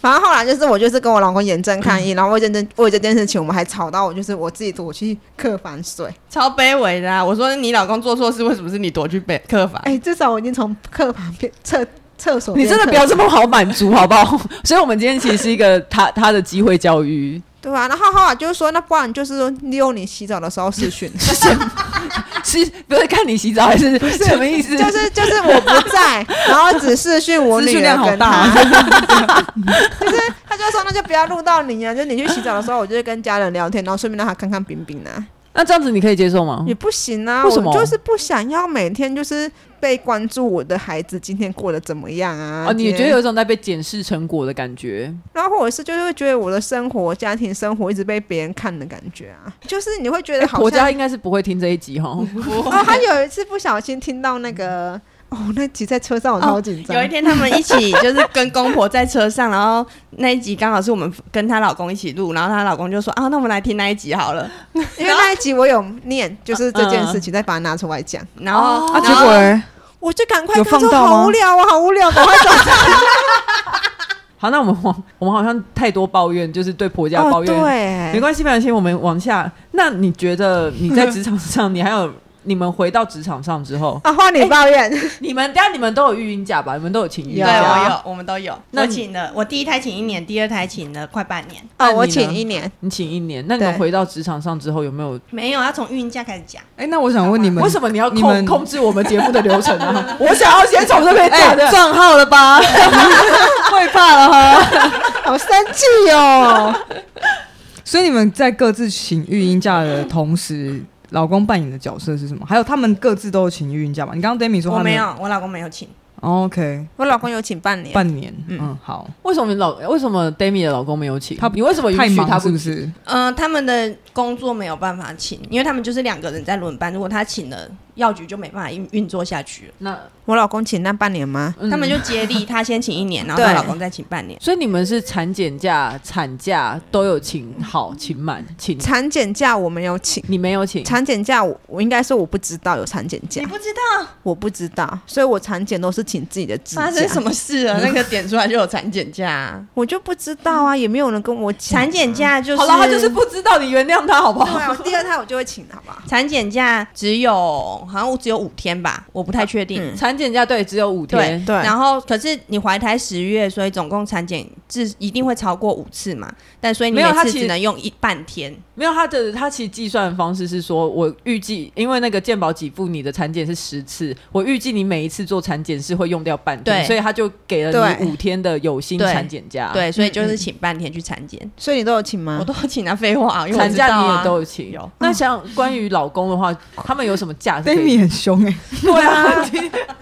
S4: 反正后来就是我就是跟我老公严正抗议，然后为这件为这件事情我们还吵到我就是我自己躲去客房睡。
S2: 超卑微的啊！我说你老公做错事，为什么是你躲去被客房？
S4: 哎、至少我已经从客房变厕厕所
S3: 你
S4: 变
S3: 真
S4: 客房，
S3: 的不要这么好满足，好不好？所以，我们今天其实是一个他他的机会教 育，
S4: 对吧、然后后来就是说，那不然就是利用你洗澡的时候试 训，
S3: 是不是看你洗澡还是什么意思？
S4: 就是就是我不在，然后只试训我
S1: 资
S4: 女
S1: 讯
S4: 儿
S1: 量好
S4: 跟
S1: 大
S4: 他
S1: 啊。。
S4: 就是他就说那就不要录到你啊，就你去洗澡的时候，我就会跟家人聊天，然后顺便让他看看饼饼啊。
S3: 那这样子你可以接受吗？
S4: 也不行啊，
S3: 为什么
S4: 我就是不想要每天就是被关注我的孩子今天过得怎么样啊？
S3: 啊，你
S4: 今天
S3: 觉得有一种在被检视成果的感觉？
S4: 然后或者是就是会觉得我的生活、家庭生活一直被别人看的感觉啊，就是你会觉得
S3: 哎
S4: 好
S3: 婆
S4: 像
S3: 家应该是不会听这一集哈。
S4: 啊，他有一次不小心听到那个哦，那集在车上我超紧张，
S2: 有一天他们一起就是跟公婆在车上，然后那一集刚好是我们跟她老公一起录，然后她老公就说啊，那我们来听那一集好了。
S4: 因为那一集我有念，就是这件事情，再把它拿出来讲，
S2: 然后、
S1: 啊，
S2: 然
S1: 结
S2: 后
S1: 果欸
S4: 我就赶快
S1: 有
S4: 跟他
S1: 放
S4: 说
S1: 到吗
S4: 好无聊啊，好无 聊，赶快走。
S3: 好，那我们往我们好像太多抱怨，就是对婆家抱
S4: 哦，
S3: 怨。没
S4: 对，
S3: 关系，没关系，我们往下。那你觉得你在职场上，你还有你们回到职场上之 后，
S4: 啊，换你抱怨，
S3: 你们但你们都有育婴假吧？你们都有请育婴
S2: 对
S4: 有
S2: 我有，
S3: 假？
S2: 我啊们都有。
S3: 那
S2: 我
S3: 你
S2: 请了，我第一胎请一年，第二胎请了快半年，
S3: 那
S4: 啊，
S3: 你呢
S4: 我请一年。
S3: 你请一年，那你们
S4: 对
S3: 回到职场上之后有没有？
S2: 没有要从孕假开始讲。
S1: 哎，那我想问你们，
S3: 为什么你要
S1: 你们
S3: 控控制我们节目的流程啊？我想要先从这边讲
S1: 哎
S3: 的。
S1: 撞号了吧？ 会怕了哈。
S4: 好生气哦！
S1: 所以你们在各自请育婴假的同时，老公扮演的角色是什么？还有他们各自都有请育婴假吗？你刚刚 Demi 说
S2: 我
S1: 他
S2: 没
S1: 们
S2: 有，我老公没有请，
S1: 哦，OK，
S4: 我老公有请半年，
S1: 半年，
S4: 嗯
S1: 嗯，好，
S3: 为什么你老为什么 Demi 的老公没有请？
S1: 他
S3: 你为什么允
S1: 太
S3: 许他
S1: 忙是
S3: 不
S1: 不
S3: 请？
S1: 是？
S2: 呃，他们的工作没有办法请，因为他们就是两个人在轮班，如果他请了，药局就没办法运运作下去了。
S3: 那
S4: 我老公请那半年吗？
S3: 嗯
S2: 他们就接力，他先请一年，然后她
S4: 对
S2: 老公再请半年。
S3: 所以你们是产检假、产假都有请好、请满、请，
S4: 嗯产检假我没有请，
S3: 你没有请。
S4: 产检假我我应该说我不知道有产检假
S2: 嗯你，不知道，
S4: 我不知道，所以我产检都是请自己的指
S2: 发生
S4: 甲
S2: 什。么事了？那个点出来就有产检假嗯啊、
S4: 我就不知道啊，也没有人跟我讲
S2: 产检假就是
S3: 好了，他就是不知道，你原谅他好不
S4: 对啊，
S3: 好？
S4: 我第二胎我就会请，好不好？
S2: 产检假只有好像只有五天吧，我不太确定。
S4: 嗯
S3: 产检假对只有五天，
S4: 对啊
S2: 然后可是你怀胎十月，所以总共产检至一定会超过五次嘛，但所以你
S3: 没有
S2: 每
S3: 它
S2: 次
S3: 其
S2: 只
S3: 实
S2: 能用一半天。
S3: 没有他的他其实计算的方式是说，我预计因为那个健保给付你的产检是十次，我预计你每一次做产检是会用掉半天，
S2: 对
S3: 所以他就给了
S4: 对
S3: 你五天的有薪
S2: 对
S3: 产检假。，
S2: 对，所以
S4: 嗯
S2: 就是
S4: 嗯
S2: 请半天去产检，
S4: 所以你都有请吗
S2: 我？都请他废话、啊，因为我
S3: 产
S2: 知
S3: 假
S2: 道
S3: 你
S2: 啊
S3: 也都有请。
S2: 有
S3: 那像关于老公的话，他们有什么假是可
S1: d a
S3: 以
S1: m？很凶 哎、
S3: 对啊，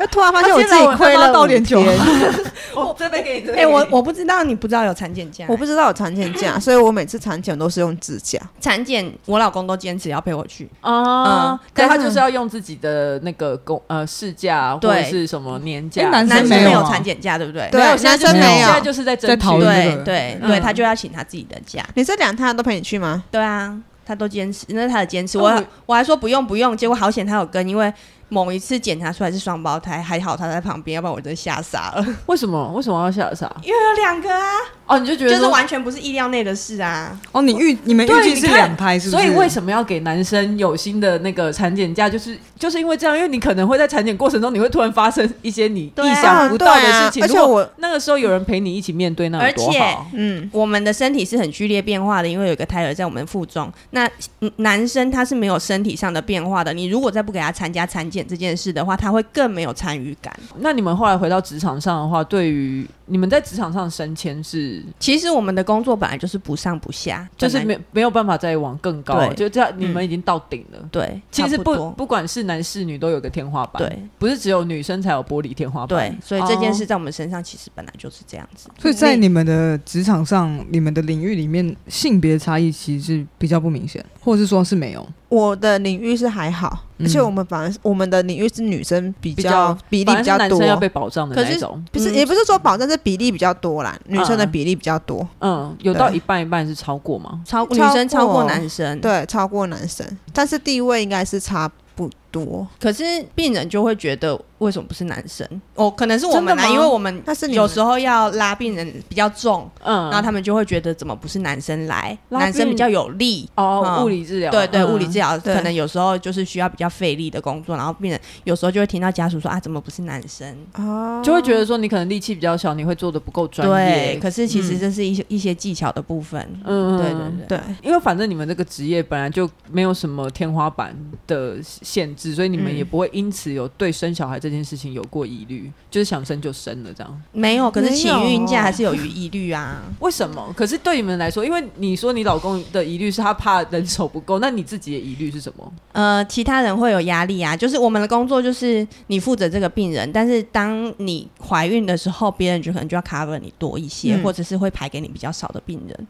S4: 我突然发现我自己亏了
S1: 到点酒，
S4: 五天
S3: 我这边给你，这
S2: 哎、
S3: 边给
S2: 我
S3: 你
S2: 我不知道你不知道有产检假、
S4: 我不知道有产检假，所以我每次产检都是用指甲。
S2: 产检，我老公都坚持要陪我去。
S3: 啊
S2: 嗯，
S3: 但他
S2: 但是
S3: 就是要用自己的那个公呃事假或
S2: 对
S3: 者是什么
S4: 哎
S3: 年假，
S1: 诶男
S2: 男
S1: 生
S2: 生
S1: 没
S2: 没
S1: 有
S2: 有
S1: 啊
S2: 产检假，对不对？
S4: 对
S3: 没有，
S4: 男
S3: 现在
S4: 生
S3: 就是
S4: 没有
S3: 现在就是在争
S1: 在
S3: 取
S1: 讨论这
S2: 对
S1: 个
S2: 对
S3: 嗯
S2: 对，他就要请他自己的假。
S4: 你这两胎都陪你去吗？
S2: 对啊，他都坚持，那是他的坚持。
S3: 哦
S2: 我
S3: 我
S2: 我还说不用不用，结果好险他有跟，因为某一次检查出来是双胞胎，还好他在旁边，要不然我真的吓傻 了。
S3: 为什么为什么要下傻？
S2: 因为有两个啊，
S3: 哦，你就觉
S2: 就
S3: 得
S2: 是
S3: 说
S2: 完全不是意料内的事啊。
S1: 哦，你预你们预
S3: 对
S1: 计
S3: 你
S1: 是
S3: 看
S1: 两胎是不
S3: 所
S1: 是？
S3: 以为
S1: 么
S3: 什么要给男生有薪的那个产检假？就是就是因为这样，因为你可能会在产检过程中，你会突然发生一些你
S2: 对啊
S3: 意想不到的事情。
S4: 对啊而且
S3: 如果
S4: 我
S3: 那个时候有人陪你一起面对，那有多好。
S4: 嗯，
S2: 我们的身体是很剧烈变化的，因为有一个胎儿在我们腹中。那嗯男生他是没有身体上的变化的，你如果再不给他参加产检这件事的话，他会更没有参与感。
S3: 那你们后来回到职场上的话，对于你们在职场上升迁是，
S2: 其实我们的工作本来就是不上不下，
S3: 就是
S2: 本来
S3: 没没有办法再往更高，
S2: 对
S3: 就这样，你们
S2: 嗯
S3: 已经到顶了。
S2: 对，
S3: 其
S2: 差
S3: 实不
S2: 多
S3: 不管是男是女都有个天花板，，
S2: 对
S3: 不是只有女生才有玻璃天花板。
S2: 对，所以这件
S3: 哦
S2: 事在我们身上其实本来就是这样子。
S1: 所以在你们的职场上、你们的领域里面，性别差异其实是比较不明显，或者是说是没有？
S4: 我的领域是还好，
S1: 嗯
S4: 而且我们反而是我们的领域是女生比较
S3: 反
S4: 比例比
S3: 正是
S4: 较
S3: 男
S4: 多
S3: 生，要被保障的
S4: 可是
S3: 那种，
S4: 不是
S2: 嗯
S4: 也不是说保证是比例比较多啦，女生的比例比较多，
S3: 嗯，有到
S4: 对
S3: 一半一半是超过吗？
S2: 超女
S4: 超
S2: 生超过
S4: 过
S2: 男生，，
S4: 对，超过男生，但是地位应该是差不多。
S2: 可是病人就会觉得为什么不是男生？哦，可能是我们
S4: 真的
S2: 啊，
S4: 吗
S2: 因为我们
S4: 那是你们
S2: 有时候要拉病人比较重，
S3: 嗯，
S2: 然后他们就会觉得怎么不是男生来，
S3: 拉
S2: 男生
S3: 病
S2: 比较有力。
S3: 哦，
S2: 嗯
S3: 物理治疗，
S2: 对对，
S3: 嗯
S2: 物理治疗
S4: 对
S2: 可能有时候就是需要比较费力的工作，然后病人有时候就会听到家属说啊，怎么不是男生？
S4: 哦
S3: 就会觉得说你可能力气比较小，你会做的不够专
S2: 对
S3: 业，。
S2: 可是其实这是一些、一些技巧的部分。
S3: 嗯，
S2: 对对对，
S4: 对，
S3: 因为反正你们这个职业本来就没有什么天花板的限制，所以你们
S2: 嗯
S3: 也不会因此有对生小孩这件事情有过疑虑，就是想生就生了这样。
S2: 没有，可啊是
S4: 没
S2: 请
S4: 有
S2: 孕假还是有疑虑啊。
S3: 为什么？可是对你们来说，因为你说你老公的疑虑是他怕人手不够，那你自己的疑虑是什么？
S2: 呃，其他人会有压力啊。就是我们的工作就是你负责这个病人，但是当你怀孕的时候，别人就可能就要 cover 你多一些，
S4: 嗯
S2: 或者是会排给你比较少的病人。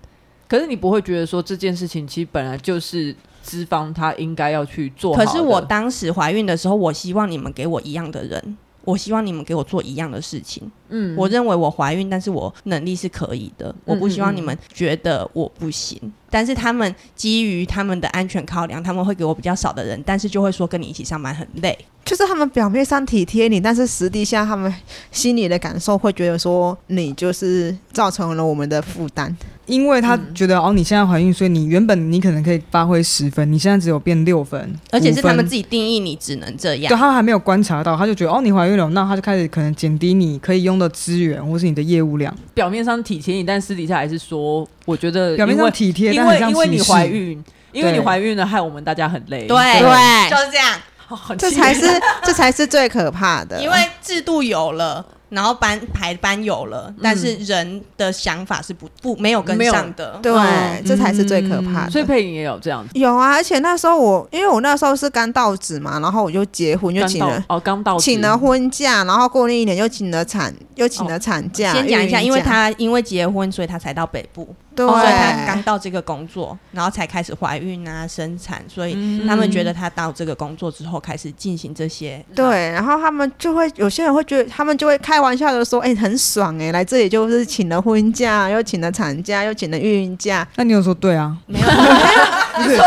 S3: 可是你不会觉得说这件事情其实本来就是资方他应该要去做好
S2: 可
S3: 的。
S2: 是我当时怀孕的时候，我希望你们给我一样的人。我希望你们给我做一样的事情。
S3: 嗯
S2: 我认为我怀孕，但是我能力是可以的。我不希望你
S3: 嗯
S2: 们觉得我不行。但是他们基于他们的安全考量，他们会给我比较少的人，但是就会说跟你一起上班很累。
S4: 就是他们表面上体贴你，但是实际下他们心里的感受会觉得说你就是造成了我们的负担。
S1: 因为他
S3: 嗯
S1: 觉得、哦，你现在怀孕，所以你原本你可能可以发挥十分，你现在只有变六分，
S2: 而且是他们自己
S1: 己。
S2: 定义你只能这样
S1: 对。他还没有观察到，他就觉得哦，你怀孕了，那他就开始可能减低你可以用的资源或是你的业务量，
S3: 表面上体贴你，但私底下还是说，我觉得
S1: 表
S3: 呃
S1: 面
S3: 因
S1: 上
S3: 为
S1: 体贴，
S3: 因
S1: 但很
S3: 为
S1: 像
S3: 因为
S1: 歧
S3: 你
S1: 视
S3: 怀孕，因为你
S1: 对
S3: 怀孕了，害我们大家很累。
S2: 对
S4: 对
S2: 就是这样，
S3: 好，好
S4: 这
S3: 气
S4: 才
S3: 人
S4: 是 这才是最可怕的，
S2: 因为制度有了，然后班排班有了，但是人的想法是不不没有跟
S3: 没有
S2: 上的。
S4: 对、
S3: 嗯
S4: 这才是最可怕的。
S3: 所以佩影也有这样子。
S4: 有啊，而且那时候我因为我那时候是刚到职嘛，然后我就结婚，就
S3: 刚
S4: 请
S3: 到
S4: 了
S3: 哦，刚到
S4: 请
S3: 职
S4: 了婚假，然后过了一年又请了产又请了产假。
S2: 先讲一下，
S4: 孕
S2: 因为
S4: 假
S2: 她因为结婚，所以她才到北部，
S4: 对、
S2: 所以她刚到这个工作，然后才开始怀孕啊、生产，所以
S3: 嗯
S2: 他们觉得她到这个工作之后开始进行这些。
S4: 对，然后他们就会有些人会觉得，他们就会开玩笑的说：“哎、很爽哎、来这里就是请了婚假，又请了产假，又请了孕假。
S1: 那你有说对啊？
S2: 没有，
S1: 不是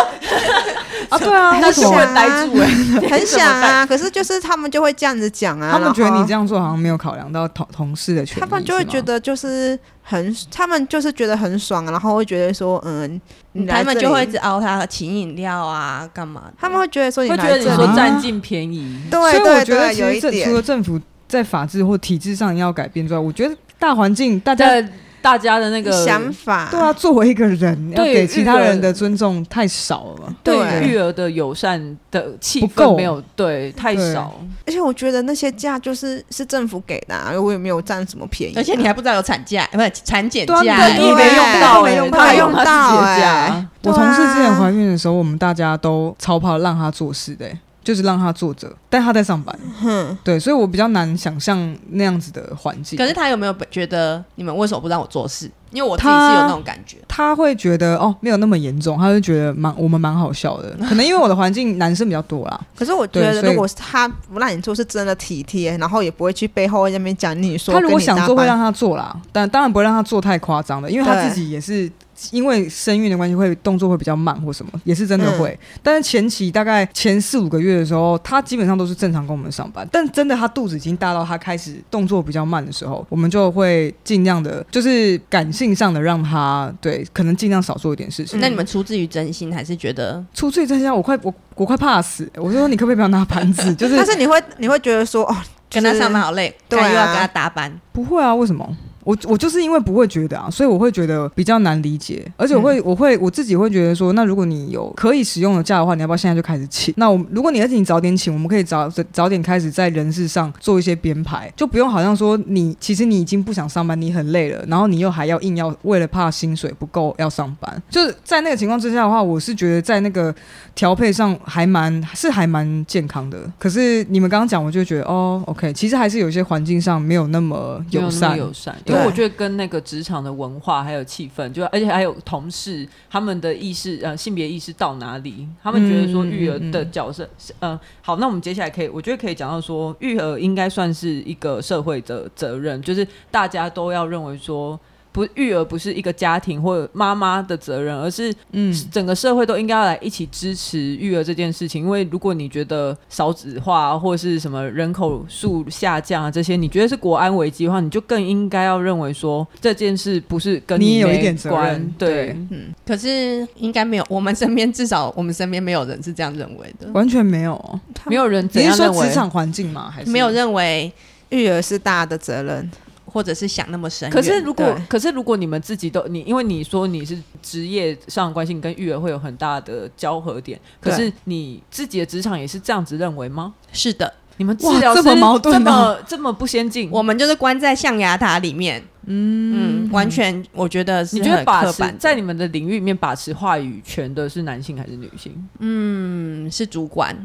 S1: 啊，对啊，
S3: 那
S1: 为
S3: 是
S1: 什
S3: 我
S1: 么
S4: 想
S3: 们呆住哎、
S4: 很想啊，可是就是他们就会这样子讲啊，
S1: 他们觉得
S4: 然后
S1: 你这样做好像没有考量到同同事的权益，
S4: 他们就会
S1: 是吗
S4: 觉得就是很，他们就是觉得很爽，然后会觉得说，嗯，你来
S2: 他们
S4: 这
S2: 就会一
S4: 里
S2: 直熬他请饮料啊，干嘛的？
S4: 他们会觉得说你
S3: 会觉
S4: 来
S3: 得
S4: 这
S3: 你
S4: 里，
S3: 说
S1: 啊
S3: 占尽便宜，
S1: 所
S4: 对
S1: 以我
S4: 对
S1: 觉得
S4: 对，
S1: 其
S4: 有
S1: 实
S4: 一
S1: 政除
S4: 点
S1: 了政府在法制或体制上要改变之外，我觉得大环境大家
S3: 在大家的那个
S4: 想法，
S1: 对啊，作为一个人要
S3: 对
S1: 给其他
S3: 一个
S1: 人的尊重太少了吧？
S3: 对
S4: 对啊
S3: 育儿的友善的气
S1: 不
S3: 氛
S1: 够
S3: 没有对太
S1: 对
S3: 少，
S4: 而且我觉得那些假就是是政府给的、啊，我也没有占什么便宜啊、
S2: 而且你还不知道有产假，不是产检
S1: 对
S2: 假
S1: 啊，
S3: 你也没用到哎、欸，
S4: 对
S3: 他还用
S4: 没
S3: 他
S4: 用
S3: 自己
S4: 到
S3: 的假
S4: 哎，
S1: 我
S4: 对啊
S1: 同事之前怀孕的时候，我们大家都超怕让她做事的、欸就是让她坐着，但她在上班。对，所以我比较难想象那样子的环境。
S2: 可是他有没有觉得你们为什么不让我做事？因为我自己是有那种感觉。
S1: 他会觉得哦，没有那么严重，他会觉得蛮我们蛮好笑 的。可能因为我的环境男生比较多啦，
S4: 可是我觉
S1: 对
S4: 得，
S1: 所以
S4: 如果是他不让你做，是真的体贴，然后也不会去背后那边讲你说。
S1: 他如果想做，
S4: 跟
S1: 会
S4: 你搭
S1: 让他做啦，但当然不会让他做太夸张的，因为他
S4: 对
S1: 自己也是因为生育的关系，会动作会比较慢或什么，也是真的会。
S2: 嗯
S1: 但是前期大概前四五个月的时候，他基本上都是正常跟我们上班，但真的他肚子已经大到他开始动作比较慢的时候，我们就会尽量的，就是感性上的让他对，可能尽量少做一点事情。
S2: 那你们出自于真心，还是觉得
S1: 出去真相，我快我我快怕死，我就说你可不可以不要拿盘子， 就是
S4: 但是你会你会觉得说，哦，
S2: 跟
S4: 就
S2: 他
S4: 是
S2: 上班好累，
S4: 对啊
S2: 感觉又要跟他搭班？
S1: 不会啊，为什么？我我就是因为不会觉得啊，所以我会觉得比较难理解，而且我
S3: 嗯
S1: 会、我会我自己会觉得说，那如果你有可以使用的假的话，你要不要现在就开始请？那我如果你而且你早点请，我们可以早早早点开始在人事上做一些编排，就不用好像说你其实你已经不想上班，你很累了，然后你又还要硬要为了怕薪水不够要上班，就是在那个情况之下的话，我是觉得在那个调配上还蛮是还蛮健康的。可是你们刚刚讲，我就觉得哦，OK，其实还是有一些环境上没有那么
S3: 没有那
S1: 友
S3: 么
S1: 善。
S3: 友善，因
S4: 对
S3: 为我觉得跟那个职场的文化还有气氛，就而且还有同事他们的意识呃性别意识到哪里，他们觉得说
S1: 嗯
S3: 育儿
S1: 嗯
S3: 的角色，嗯、呃，好，那我们接下来可以，我觉得可以讲到说育儿应该算是一个社会的责任，就是大家都要认为说。不，育儿不是一个家庭或者妈妈的责任，而是
S1: 嗯，
S3: 整个社会都应该要来一起支持育儿这件事情，因为如果你觉得少子化啊或是什么人口数下降啊这些，你觉得是国安危机的话，你就更应该要认为说这件事不是跟
S1: 你也
S3: 没
S1: 有一点责任
S3: 关对
S1: 对，嗯
S2: 可是应该没有，我们身边至少我们身边没有人是这样认为的，
S1: 完全没有。
S3: 没有人怎
S1: 你
S3: 样
S1: 是
S3: 认
S1: 说
S3: 为
S1: 职场环境吗？还是
S2: 没有认为
S4: 育儿是大家的责任，
S2: 或者是想那么深远。
S3: 可是如果
S4: 对
S3: 可是如果你们自己都你，因为你说你是职业上的关系，你跟育儿会有很大的交合点，可
S4: 对
S3: 是你自己的职场也是这样子认为吗？
S2: 是的，
S3: 你们治
S1: 哇
S3: 疗
S1: 这么
S3: 师
S1: 矛盾
S3: 这么
S1: 哦
S3: 这么不先进，
S2: 我们就是关在象牙塔里面。嗯完全我觉得是
S3: 你觉得
S2: 很
S3: 把
S2: 刻
S3: 持
S2: 板的，
S3: 在你们的领域里面把持话语权的是男性还是女性？
S2: 嗯是主管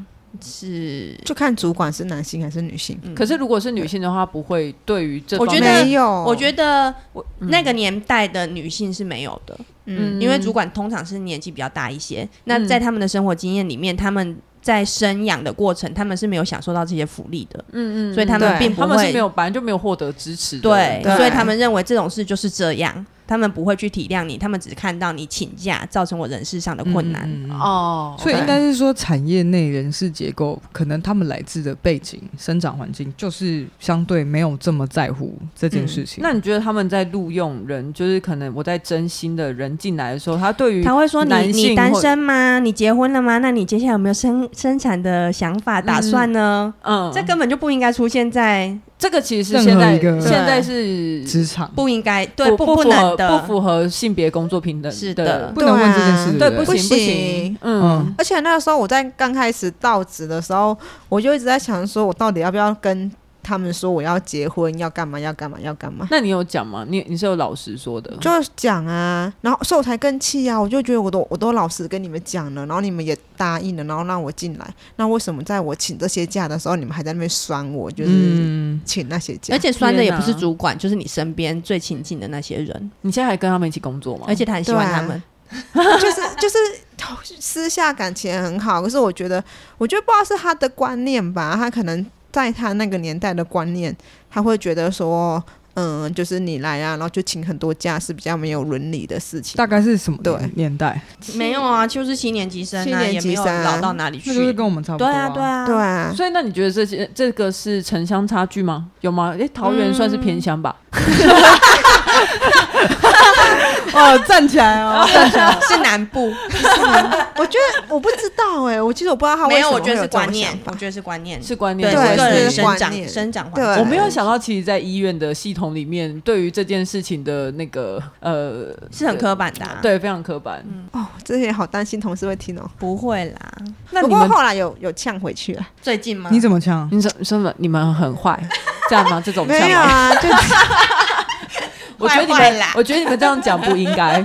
S2: 是
S4: 就看主管是男性还是女性。
S2: 嗯
S3: 可是如果是女性的话，不会对于这
S2: 我
S3: 方
S2: 觉
S3: 面
S2: 得
S4: 没有，
S2: 我觉
S4: 得
S2: 得我那个年代的女性是没有的，
S3: 嗯
S2: 嗯，因为主管通常是年纪比较大一些，那在他们的生活经验里面，他们在生养的过程，他们是没有享受到这些福利的，嗯嗯，所以他们
S4: 对
S2: 并不
S3: 他们是没
S2: 会
S3: 有，本来就没有获得支持的。
S2: 对，
S4: 对
S2: 所以他们认为这种事就是这样，他们不会去体谅你，他们只看到你请假造成我人事上的困难，
S1: 嗯嗯嗯
S3: 哦，
S1: 所以
S3: OK
S1: 应该是说，产业内人事结构可能他们来自的背景、生长环境，就是相对没有这么在乎这件事情。
S3: 那你觉得他们在录用人，就是可能我在真心的人进来的时候，他对于
S2: 他会说你
S3: 嗯男性
S2: 你单
S3: 或
S2: 身吗？你结婚了吗？那你接下来有没有生生产的想法打算呢？
S3: 嗯
S2: 这根本就不应该出现在
S3: 这个其实
S1: 任
S3: 是
S1: 何
S3: 现在
S1: 一个
S3: 现在是
S1: 职场
S2: 不应该对不
S3: 不符
S2: 能
S3: 合
S2: 的
S3: 不符合性别工作平等
S2: 是
S3: 的
S2: 的，
S1: 不能问这件事，
S3: 对
S1: 不
S3: 不
S1: 对
S3: 行
S4: 不
S3: 行
S4: 行，
S3: 嗯，
S4: 而且那个时候我在刚开始到职的时候，我就一直在想，说我到底要不要跟他们说我要结婚，要干嘛，要干嘛，要干嘛。
S3: 那你有讲吗？你你是有老实说的，
S4: 就讲啊，然后所以我才更气啊！我就觉得我都我都老实跟你们讲了，然后你们也答应了，然后让我进来，那为什么在我请这些假的时候，你们还在那边酸我，就是
S1: 嗯，
S4: 请那些假？
S2: 而且酸的也
S3: 天
S2: 不
S3: 哪
S2: 是主管，就是你身边最亲近的那些人，
S3: 你现在还跟他们一起工作吗？
S2: 而且他很喜欢
S4: 对啊
S2: 他们。
S4: 就是就是私下感情很好，可是我觉得，我觉得不知道是他的观念吧，他可能在他那个年代的观念，他会觉得说，嗯，就是你来啊，然后就请很多假是比较没有伦理的事情。
S1: 大概是什么
S4: 对
S1: 年代？
S2: 没有啊，就是七年级生
S4: 七
S2: 啊，
S4: 年
S2: 也
S4: 级
S2: 没有
S4: 生啊
S2: 老到哪里去
S1: 那。就是跟我们差不
S2: 对
S1: 多、
S2: 啊，对啊，
S4: 对啊，
S3: 所以，那你觉得这些这个是城乡差距吗？有吗？诶，桃园算是偏乡吧？
S2: 嗯
S1: 哦，站起 来哦，站起来。
S2: 是南部，
S4: 嗯我觉得我不知道哎、我其实我不知道他
S2: 没
S4: 为什
S2: 有，
S4: 么
S2: 我
S4: 会
S2: 觉
S4: 有
S2: 得是
S4: 这种
S2: 观念
S4: 想，
S2: 我
S4: 法
S2: 觉得是观念，
S3: 是观念，
S2: 对
S4: 对
S2: 我个人
S4: 是
S2: 生
S4: 观
S2: 长
S4: 念
S2: 生长环
S4: 对
S2: 境。
S3: 我没有想到，其实，在医院的系统里面，对于这件事情的那个呃，
S2: 是很刻板的、啊，，
S3: 对，非常刻板。
S4: 哦，这些好担心同事会听哦。
S2: 不会啦。
S3: 那
S4: 不
S3: 你
S4: 过
S3: 们，
S4: 后来有有呛回去啊了，
S2: 最近吗？
S1: 你怎么呛？
S3: 你怎什么？你们很坏， 这样吗？这种像
S4: 没有
S3: 吗？
S4: 啊，就
S3: 我觉得你
S2: 坏坏
S3: 们
S2: 啦，
S3: 我觉得你们这样讲不应 该，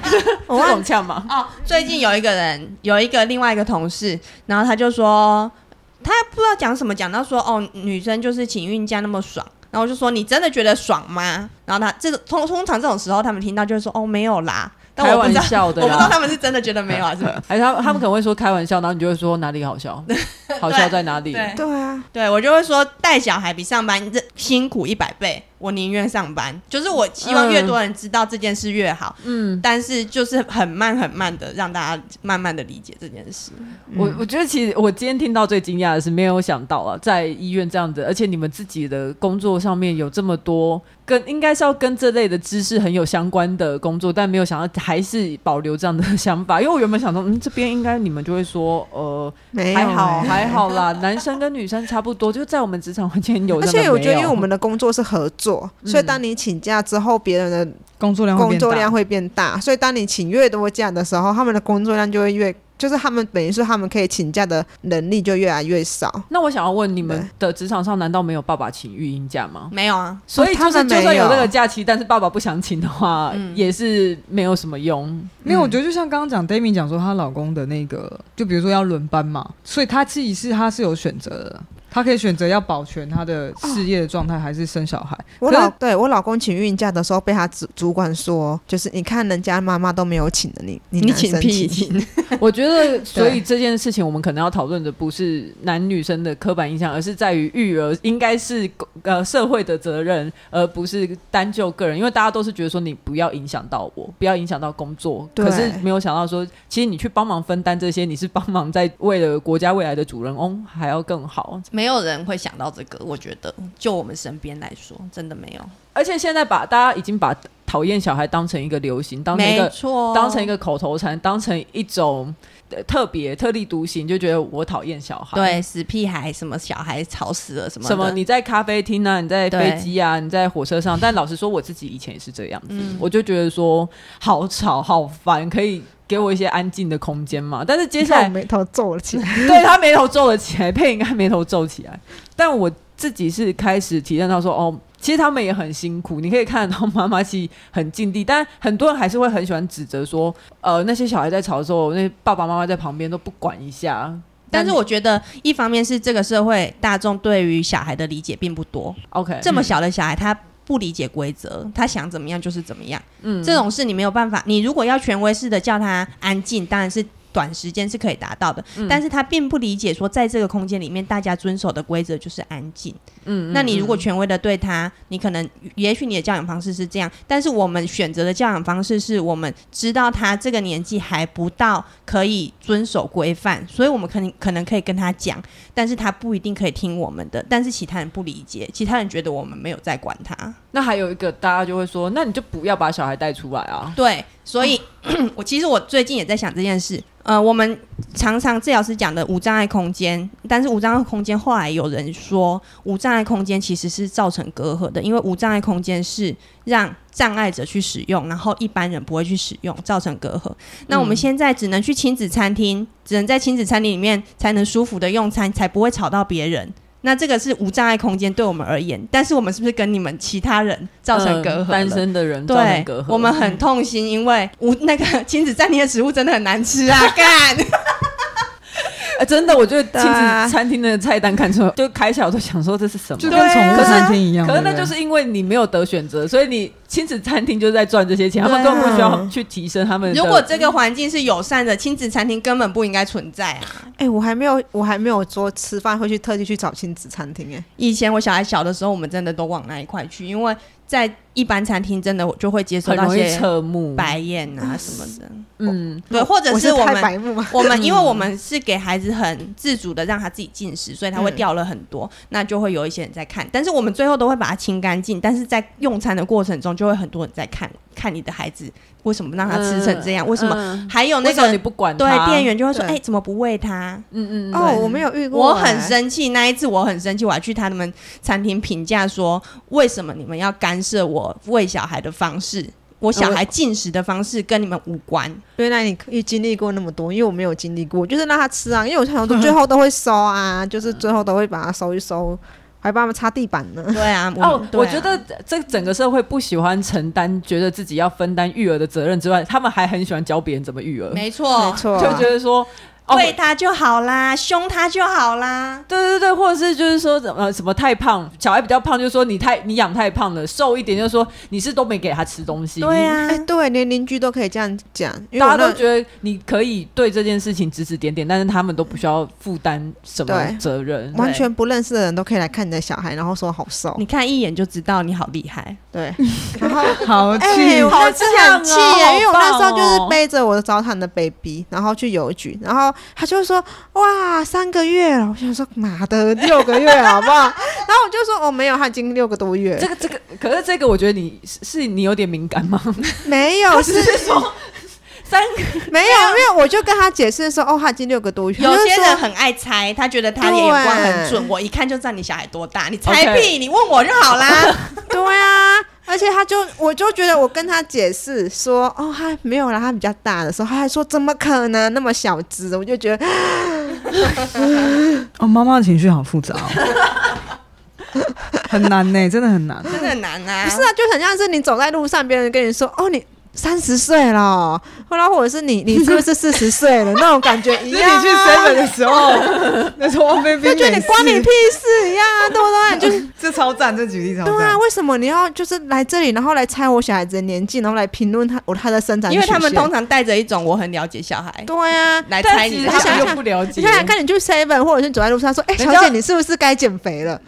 S3: 这
S4: 我忘
S3: 种呛吗？
S2: 哦，最近有一个人，有一个另外一个同事，然后他就说，他不知道讲什么，讲到说，哦，女生就是请孕假那么爽，然后我就说，你真的觉得爽吗？然后他这个通通常这种时候，他们听到就是说，哦，没有啦，但
S3: 开
S2: 我不
S3: 玩
S2: 知道，
S3: 笑
S2: 我
S3: 的
S2: 不知道
S3: 啦。
S2: 他们是真的觉得没有啊，是吧？
S3: 还是他他们可能会说开玩笑，然后你就会说哪里 好笑，好笑在哪里？
S2: 对
S4: 对啊，
S2: 对我就会说，带小孩比上班这辛苦一百倍，我宁愿上班。就是我希望
S4: 嗯
S2: 越多人知道这件事越好，
S3: 嗯，
S2: 但是就是很慢很慢的让大家慢慢的理解这件事。
S4: 嗯
S3: 我我觉得其实我今天听到最惊讶的是，没有想到啊，在医院这样子，而且你们自己的工作上面有这么多跟应该是要跟这类的知识很有相关的工作，但没有想到还是保留这样的 想法。因为我原本想说，嗯，这边应该你们就会说，呃，
S4: 没有、
S3: 还好
S4: 欸
S3: 还好啦，男生跟女生差不多，就在我们职场环境有，
S4: 而
S3: 真的
S4: 且我觉得，
S3: 没
S4: 因
S3: 有
S4: 为我们的工作是合作，所以当你请假之后，别人的
S1: 工作量会
S4: 工
S1: 变
S4: 作
S1: 大
S4: 量。会变大，所以当你请越多假的时候，他们的工作量就会越，就是他们等于是他们可以请假的能力就越来越少。
S3: 那我想要问，你们
S4: 对
S3: 的职场上难道没有爸爸请育婴假吗？
S2: 没有啊，
S3: 所以就
S4: 哦他
S3: 是，
S4: 们
S3: 就算
S4: 没有
S3: 有这个假期，但是爸爸不想请的话，
S2: 嗯
S3: 也是没有什么用。
S4: 嗯
S1: 没有，我觉得就像刚刚讲 d a m i 讲说她老公的那个，就比如说要轮班嘛，所以她自己是她是有选择的，她可以选择要保全她的事业的状态，还是生小孩。
S4: 我
S1: 可是
S4: 老对我老公请孕假的时候，被他主主管说，就是你看人家妈妈都没有请的，你你男生请
S2: 请，
S3: 我觉得，所以这件事情我们可能要讨论的不是男女生的刻板印象，而是在于育儿应该是呃社会的责任，而不是单就个人。因为大家都是觉得说你不要影响到我，不要影响到工作，
S4: 对
S3: 可是没有想到说，其实你去帮忙分担这些，你是帮忙在为了国家未来的主人翁还要更好。
S2: 没有人会想到这个。我觉得，就我们身边来说，真的没有，
S3: 而且现在把大家已经把讨厌小孩当成一个流行，当成一个
S2: 错
S3: 当成一个口头禅，当成一种呃特别特立独行，就觉得我讨厌小孩。
S2: 对死屁孩，什么小孩吵死了，什么
S3: 什么？
S2: 的
S3: 你在咖啡厅啊，你在
S2: 对
S3: 飞机啊，你在火车上。但老实说，我自己以前也是这样子，
S2: 嗯
S3: 我就觉得说好吵好烦，可以给我一些安静的空间嘛。但是接
S4: 接
S3: 下
S4: 下来
S3: 来，
S4: 眉头皱了 起来，
S3: 对他眉头皱了起来，佩应该眉头皱起来。但我自己是开始体验到说，哦，其实他们也很辛苦。你可以看得到妈妈其实很尽力，但很多人还是会很喜欢指责说，呃，那些小孩在吵的时候，那些爸爸妈妈在旁边都不管一下。
S2: 但是我觉得，一方面是这个社会大众对于小孩的理解并不多，
S3: OK，
S2: 这么小的小孩他。不理解规则，他想怎么样就是怎么样。
S3: 嗯
S2: 这种事你没有办法。你如果要权威式的叫他安静，当然是短时间是可以达到的。
S3: 嗯
S2: 但是他并不理解说，在这个空间里面，大家遵守的规则就是安静。
S3: 嗯
S2: 那你如果权威的对他，你可能也许你的教养方式是这样，但是我们选择的教养方式是我们知道他这个年纪还不到可以遵守规范，所以我们可能可能可以跟他讲，但是他不一定可以听我们的，但是其他人不理解，其他人觉得我们没有在管他，
S3: 那还有一个，大家就会说，那你就不要把小孩带出来啊。
S2: 对，所以、 我其实我最近也在想这件事。呃，我们常常治疗师讲的无障碍空间，但是无障碍空间后来有人说，无障碍空间其实是造成隔阂的，因为无障碍空间是让障碍者去使用，然后一般人不会去使用，造成隔阂。那我们现在只能去亲子餐厅，只能在亲子餐厅里面才能舒服的用餐，才不会吵到别人。那这个是无障碍空间对我们而言，但是我们是不是跟你们其他人造成隔阂了、
S3: 嗯单身的人造成
S2: 对
S3: 隔阂，，
S2: 我们很痛心，因为无那个亲子餐厅的食物真的很难吃啊！干，
S3: 呃真的，我觉得亲
S4: 对啊
S3: 子餐厅的菜单看出 来，就开起来我都想说这是什么。
S1: 就跟宠物
S2: 对啊
S1: 餐厅一样，
S3: 可是那
S1: 对不对
S3: 就是因为你没有得选择，所以你亲子餐厅就是在赚这些钱，他们
S2: 对
S3: 根
S2: 啊
S3: 本不需要去提升他们的。
S2: 如果这个环境是友善的，亲子餐厅根本不应该存在啊！
S4: 哎、我还没有，我还没有说吃饭会去特地去找亲子餐厅哎、
S2: 以前我小孩小的时候，我们真的都往那一块去，因为在一般餐厅真的就会接受
S3: 很
S2: 到
S3: 容
S2: 一
S3: 易
S2: 些
S3: 侧目，
S2: 白眼啊什么的。
S3: 嗯，
S2: 对，或者
S4: 我
S2: 是我
S4: 太
S2: 们
S4: 白目吗？
S2: 我们因为我们是给孩子很自主的让他自己进食，所以他会掉了很多，那就会有一些人在看。但是我们最后都会把它清干净，但是在用餐的过程中，就会很多人在看看你的孩子为什么让他吃成这样，为什么？
S3: 嗯
S2: 还有那
S3: 为什么
S2: 个
S3: 你不管
S2: 对
S3: 他
S2: 店，员就会说：“
S4: 对
S2: 哎、怎么不喂他？”
S3: 嗯嗯嗯，
S4: 哦，
S3: 对
S4: 我没有遇过、
S2: 我很
S4: 哎
S2: 生气，那一次我很生气，我还去他们餐厅评价说，为什么你们要干涉我喂小孩的方式？我
S3: 呃
S2: 小孩进食的方式跟你们无关。
S4: 原来你也经历过那么多，因为我没有经历过，就是让他吃啊，因为我想说最后都会收啊，就是最后都会把它收一收，还帮他们擦地板呢。
S2: 对啊，我
S3: 哦，
S2: 对啊
S3: 我觉得这整个社会不喜欢承担，觉得自己要分担育儿的责任之外，他们还很喜欢教别人怎么育儿，
S2: 没错，
S4: 没错
S3: 就觉得说，哦，
S2: 喂他就好啦，凶他就好啦。
S3: 对对对，或者是就是说怎么什么太胖，小孩比较胖，就说你太你养太胖了，瘦一点就说你是都没给他吃东西，
S2: 对
S3: 你。
S2: 啊
S4: 哎、，对，连邻居都可以这样讲，因为我
S3: 大家
S4: 那
S3: 都觉得你可以对这件事情指指点点，但是他们都不需要负担什么
S4: 对
S3: 责任。
S4: 完全不认识的人都可以来看你的小孩，然后说好瘦。
S2: 你看一眼就知道你好厉害。
S4: 对，然后
S1: 好
S4: 哎、
S1: 气
S4: 我
S3: 好
S4: 那次
S3: 呛
S4: 很
S3: 哦
S4: 气耶、因为我那时候就
S3: 好棒哦
S4: 是背着我的早产的 baby，然后去邮局，然后他就说哇三个月了，我想说妈的六个月好不好？然后我就说哦没有，他已经六个多月了，
S3: 这个这个，可是这个我觉得你是是你有点敏感吗？
S4: 没 有是
S3: 说三个
S4: 没有，因为我就跟他解释说哦他已经六个多月，
S2: 有
S4: 他就
S2: 些
S4: 说
S2: 人很爱猜，他觉得他的眼光很准，
S4: 对
S2: 我一看就知道你小孩多大。你猜
S3: OK
S2: 屁，你问我就好 啦。
S4: 对啊，而且他就我就觉得我跟他解释说哦他没有啦，他比较大的时候，他还说怎么可能那么小只，我就觉得
S1: 哦，妈妈的情绪好复杂、哦， 很难呢、真的很难。
S2: 真的很难啊。
S4: 不是啊，就很像是你走在路上，别人跟你说：“哦，你三十岁了哦。”后来或者是你，你是不是四十岁了？那种感 觉一
S1: 就是
S4: 样、啊。
S1: 你去 seven 的时 候，那时候汪菲菲
S4: 就觉得你关你屁事一样啊，对不对？就是
S1: 这超赞，这举例超赞。
S4: 对啊，为什么你要就是来这里，然后来猜我小孩子的年纪，然后来评论他我他的生长曲
S2: 因
S4: 线？
S2: 为他们通常带着一种我很了解小孩
S4: 对啊。
S2: 来
S3: 但
S2: 猜
S3: 其
S2: 你
S3: 实
S2: 的
S3: 他
S2: 小
S3: 们
S2: 孩
S4: 想。
S3: 又不了解，
S4: 你想想看，你去 seven 或者是走在路上说：“哎、
S3: 人
S4: 小
S3: 家
S4: 姐，你是不是该减肥了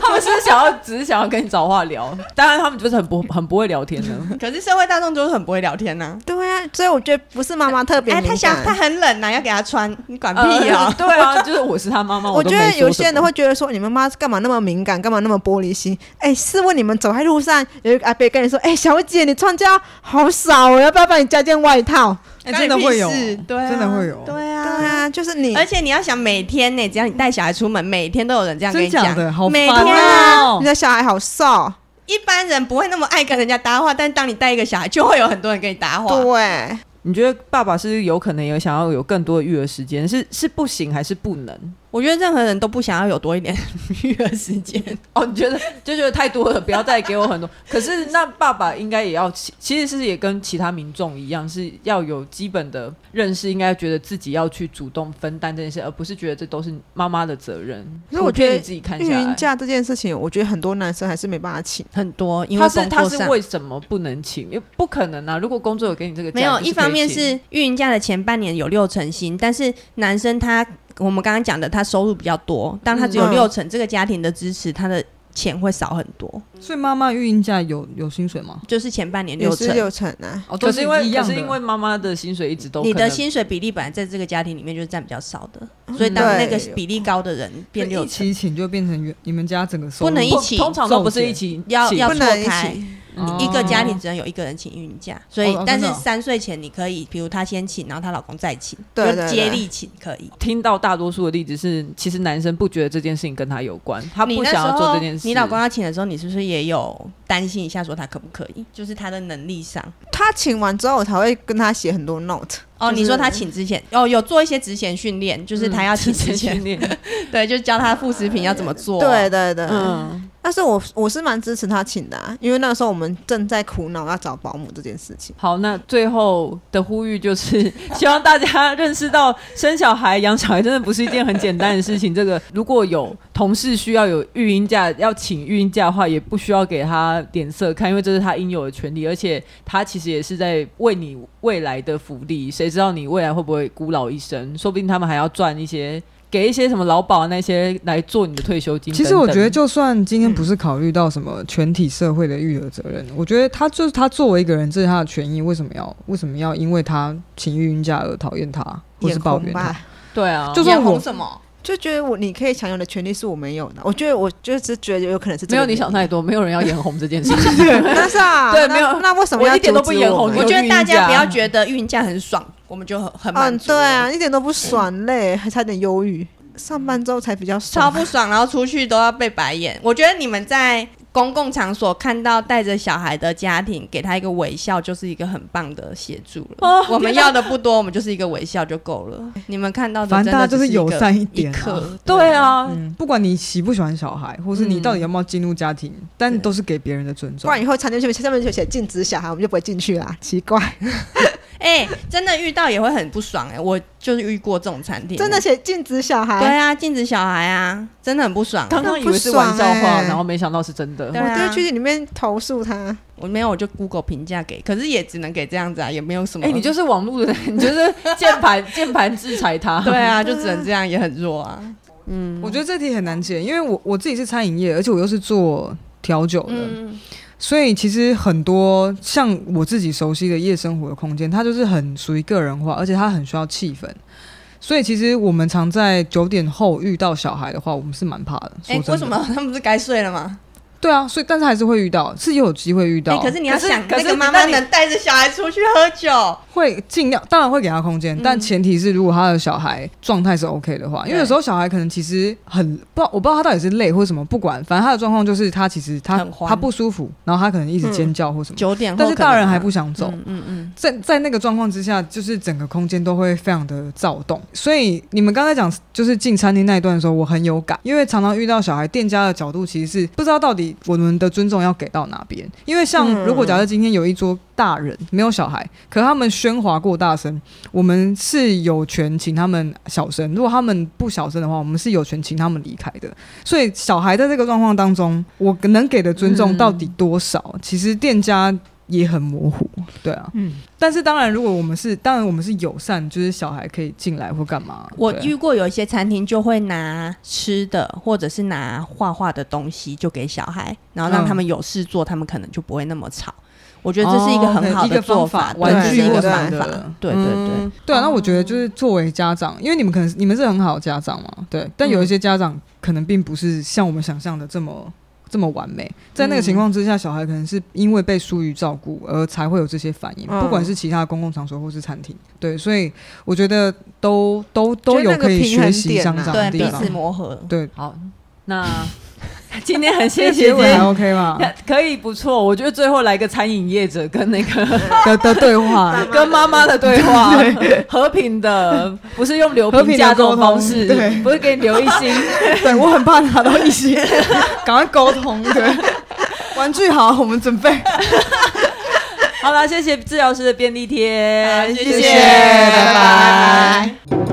S3: 他们是不是想要，只是想要跟你找话聊，当然他们就是很不很不会聊天的。
S2: 可是社会大众就是很不会聊天呐、？”
S4: 对啊，所以我觉得不是妈妈特别
S2: 哎，
S4: 敏感。
S2: 他想他很冷呐、啊要给他穿，你 管屁啊！
S3: 对啊，就是我是他妈 妈，
S4: 我
S3: 都
S4: 觉
S3: 没
S4: 得
S3: 说
S4: 有些人
S3: 什
S4: 都
S3: 么
S4: 会觉得说，你们妈干嘛那么敏感，干嘛那么玻璃心？哎、试问你们走在路上，有一个阿伯跟你说，哎、小姐，你创价好少哦，要不要帮你加件外套？
S1: 哎 真的会有
S2: 干呃你屁事对啊、
S1: 真的会有
S2: 对
S4: 对
S2: 啊。
S4: 啊，就是你，
S2: 而且你要想，每天呢、只要你带小孩出门，每天都有人这样跟你
S1: 真
S2: 讲，
S1: 假的，好
S2: 每
S1: 烦
S2: 天啊
S1: 哦
S4: 你。的小孩好瘦，
S2: 一般人不会那么爱跟人家搭话，但当你带一个小孩，就会有很多人跟你搭话。
S4: 对，
S3: 你觉得爸爸是有可能有想要有更多的育儿时间，是是不行还是不能？
S2: 我觉得任何人都不想要有多一点育儿时间，
S3: 哦，你觉得 就觉得太多了，不要再给我很 多。可是那爸爸应该也要，其其实是也跟其他民众一样，是要有基本的认识，应该觉得自己要去主动分担这件事，而不是觉得这都是妈妈的责任。
S4: 可是我
S3: 普遍
S4: 觉得
S3: 你自己看
S4: 育
S3: 下来
S4: 婴，假嗯这件事情，我觉得很多男生还是没办法请。
S2: 很多因
S3: 他
S2: 为
S3: 是
S2: 工
S3: 他
S2: 作
S3: 是
S2: 上。
S3: 为什么不能请？因为不可能啊！如果工作有给你这个假，
S2: 没有，
S3: 你
S2: 一
S3: 可以
S2: 方面
S3: 请
S2: 是育婴假的前半年有六成薪，但是男生他我们刚刚讲的，他收入比较多，当他只有
S4: 嗯
S2: 六成，这个家庭的支持，他的钱会少很多，
S1: 所以妈妈育婴假有有薪水吗？
S2: 就是前半年
S4: 也
S2: 六
S4: 是
S2: 成。
S4: 六成啊，
S1: 哦，
S3: 可
S1: 都
S3: 是因为
S1: 一
S3: 可
S1: 样
S3: 是
S1: 的。
S3: 因为妈妈的薪水一直都
S2: 你
S3: 可
S2: 的
S3: 能
S2: 薪水比例本来在这个家庭里面就是占比较少的，所以
S3: 嗯
S2: 当那
S4: 对
S2: 个比例高的人变
S1: 就
S2: 六
S1: 一
S2: 成，
S1: 起请就变成原你们家整个收入
S2: 不能一
S3: 不
S2: 起
S3: 通常都不是一起
S2: 要
S3: 请
S2: 要
S4: 不
S2: 错
S4: 能一
S2: 开。
S4: 起。
S1: 哦
S2: 一个家庭只能有一个人请孕假，所以
S1: 哦哦
S2: 但是
S1: 真的哦
S2: 三岁前你可以，比如她先请，然后她老公再请，
S4: 对
S2: 就
S4: 对
S2: 接
S4: 对
S2: 力请可以。
S3: 听到大多数的例子是，其实男生不觉得这件事情跟他有关，他
S2: 你
S3: 不
S2: 那
S3: 想要
S2: 时
S3: 做
S2: 候
S3: 这件事。
S2: 你老公要请的时候，你是不是也有担心一下，说他可不可以？就是他的能力上。
S4: 他请完之后，我才会跟他写很多 note。
S2: 哦，
S4: 就是
S2: 你说他请之前，哦，有做一些职前训
S3: 嗯
S2: 练，就是他要请之前，
S3: 练，
S2: 对，就教他副食品要怎么做。
S4: 对，对对，
S3: 嗯，
S4: 但是我我是蛮支持他请的、啊，因为那个时候我们正在苦恼要找保姆这件事情。
S3: 好，那最后的呼吁就是， 希望大家认识到生小孩、养小孩真的不是一件很简单的事情。这个如果有同事需要有育婴假，要请育婴假的话，也不需要给他脸色看，因为这是他应有的权利，而且他其实也是在为你未来的福利。谁知道你未来会不会孤老一生？说不定他们还要赚一些。给一些什么劳保那些来做你的退休金等
S1: 其
S3: 等。
S1: 实我觉得，就算今天不是考虑到什么全体社会的育儿责任，我觉得他就是他作为一个人，这是他的权益，为什么要为什么要因为他请育婴假而讨厌他，或是
S4: 眼
S1: 抱
S4: 红
S1: 怨他？
S4: 吧，
S3: 对啊，
S1: 就算
S2: 眼红
S1: 我
S2: 什么？
S4: 就觉得我你可以享有的权利是我没有的。我觉得我就是觉得有可能是这
S3: 没
S4: 个
S3: 有你想
S4: 原
S3: 太多，没有人要眼红这件事情。
S4: 因， 但是啊，
S3: 对
S4: 那
S3: 没有
S4: 那为什么
S3: 我
S4: 要
S3: 一点都不
S4: 阻止
S3: 眼
S4: 我
S3: 红
S4: 们
S2: 我觉得大
S3: 有
S2: 家
S3: 孕假
S2: 不要觉得孕假很爽，我们就很很满
S4: 嗯，
S2: 足。
S4: 对啊，，一点都不爽累，还差点忧郁。上班之后才比较
S2: 超
S4: 爽，
S2: 不爽，然后出去都要被白眼。我觉得你们在公共场所看到带着小孩的家庭，给他一个微笑，就是一个很棒的协助了。
S3: 哦
S2: 我们要的不多，我们就是一个微笑就够了。你们看到的，
S1: 反正大家
S2: 就
S1: 就是友善一
S2: 一
S1: 点啊
S2: 刻，
S3: 对， 啊，
S1: 嗯，不管你喜不喜欢小孩，或是你
S3: 嗯
S1: 到底要不要进入家庭，但都是给别人的尊
S4: 不
S1: 重。
S4: 然以后餐厅就上面就写禁止小孩，我们就不会进去啦。奇怪，
S2: 哎、真的遇到也会很不爽哎、我就是遇过这种餐厅，
S4: 真的。写禁止小
S2: 对
S4: 孩，
S2: 啊，禁止小孩啊，真的很不爽、
S3: 刚
S2: 啊。
S3: 刚以为是玩笑
S4: 那不
S3: 话，
S4: 爽欸
S3: 然后没想到是真的
S2: 对。
S4: 我
S2: 啊
S4: 就会去里面投诉他。
S2: 我没有，我就 Google 评价给，可是也只能给这样子啊，也没有什么。
S3: 哎、你就是网络的人，你就是键盘键盘制裁他。
S2: 对啊，就只能这样，也很弱啊。嗯，
S1: 我觉得这题很难解，因为我我自己是餐饮业，而且我又是做调酒的，
S2: 嗯，
S1: 所以其实很多像我自己熟悉的夜生活的空间，它就是很属于个人化，而且它很需要气氛。所以其实我们常在九点后遇到小孩的话，我们是蛮怕的。说
S2: 哎、
S1: 真的
S2: 为什？么他们不是该睡了吗？
S1: 对啊，所以但是还是会遇到，是有机会遇到，
S2: 哎、可是你要
S3: 可是
S2: 想，
S3: 可
S2: 那
S3: 是
S2: 个妈妈
S3: 那你
S2: 能带着小孩出去喝酒，
S1: 会尽量，当然会给他空
S2: 嗯
S1: 间，但前提是如果他的小孩状态是 OK 的话，因为有时候小孩可能其实很不知道，我不知道他到底是累或什么，不管，反正他的状况就是他其实他
S2: 很欢嗯
S1: 他不舒服，然后他可能一直尖叫或什么，
S2: 九点
S1: 但是大人还不想走，
S2: 嗯嗯
S1: 在在那个状况之下，就是整个空间都会非常的躁动。所以你们刚才讲就是进餐厅那一段的时候，我很有感，因为常常遇到小孩，店家的角度其实是不知道到底我们的尊重要给到哪边。因为像
S4: 嗯
S1: 如果假设今天有一桌大人没有小孩，可他们喧哗过大声，我们是有权请他们小声；如果他们不小声的话，我们是有权请他们离开的。所以小孩在这个状况当中，我能给的尊重到底多少？其实店家。也很模糊，对啊，
S3: 嗯，
S1: 但是当然，如果我们是当然我们是友善，就是小孩可以进来或干嘛。
S2: 我
S1: 对
S2: 遇过有一些餐厅就会拿吃的或者是拿画画的东西就给小孩，然后让
S1: 嗯
S2: 他们有事做，他们可能就不会那么吵。我觉得这是一个很好
S1: 哦一
S2: 的
S1: 个
S2: 做
S1: 方
S2: 法，对
S1: 玩具
S2: 这是一
S1: 或
S2: 个
S1: 什
S2: 方
S1: 么
S2: 法
S1: 的，，
S2: 对对对
S1: 嗯。对啊。那我觉得就是作为家长，因为你们可能你们是很好的家长嘛，对，但有一些家长可能并不是像我们想象的这么。这么完美，在那个情况之下，小孩可能是因为被疏于照顾而才会有这些反应，
S4: 嗯
S1: 不管是其他公共场所或是餐厅，对，所以我觉得都都都
S4: 就
S1: 有
S4: 那个
S1: 可以
S4: 平衡
S1: 学习
S4: 点
S1: 相
S4: 啊
S1: 长的
S2: 对
S1: 地
S2: 彼
S1: 方
S2: 此，磨合。
S1: 对，
S3: 好， 那今天很谢
S1: 结
S3: 谢
S1: 尾还
S3: 姐
S1: OK 吧？
S3: 可以不错。我觉得最后来个餐饮业者跟那个
S1: 的的对话，
S3: 跟妈妈的对话，和平的，不是用留
S1: 和
S3: 评
S1: 平的
S3: 价这
S1: 沟
S3: 种
S1: 通
S3: 方式
S1: 对，
S3: 不是给你留一星。
S1: 对我很怕拿到 一些，赶快沟通。对，玩具好，我们准备。
S3: 好了，谢谢治疗师的便利贴
S2: 好，谢
S1: 谢
S2: 谢，拜
S1: 拜拜
S2: 拜。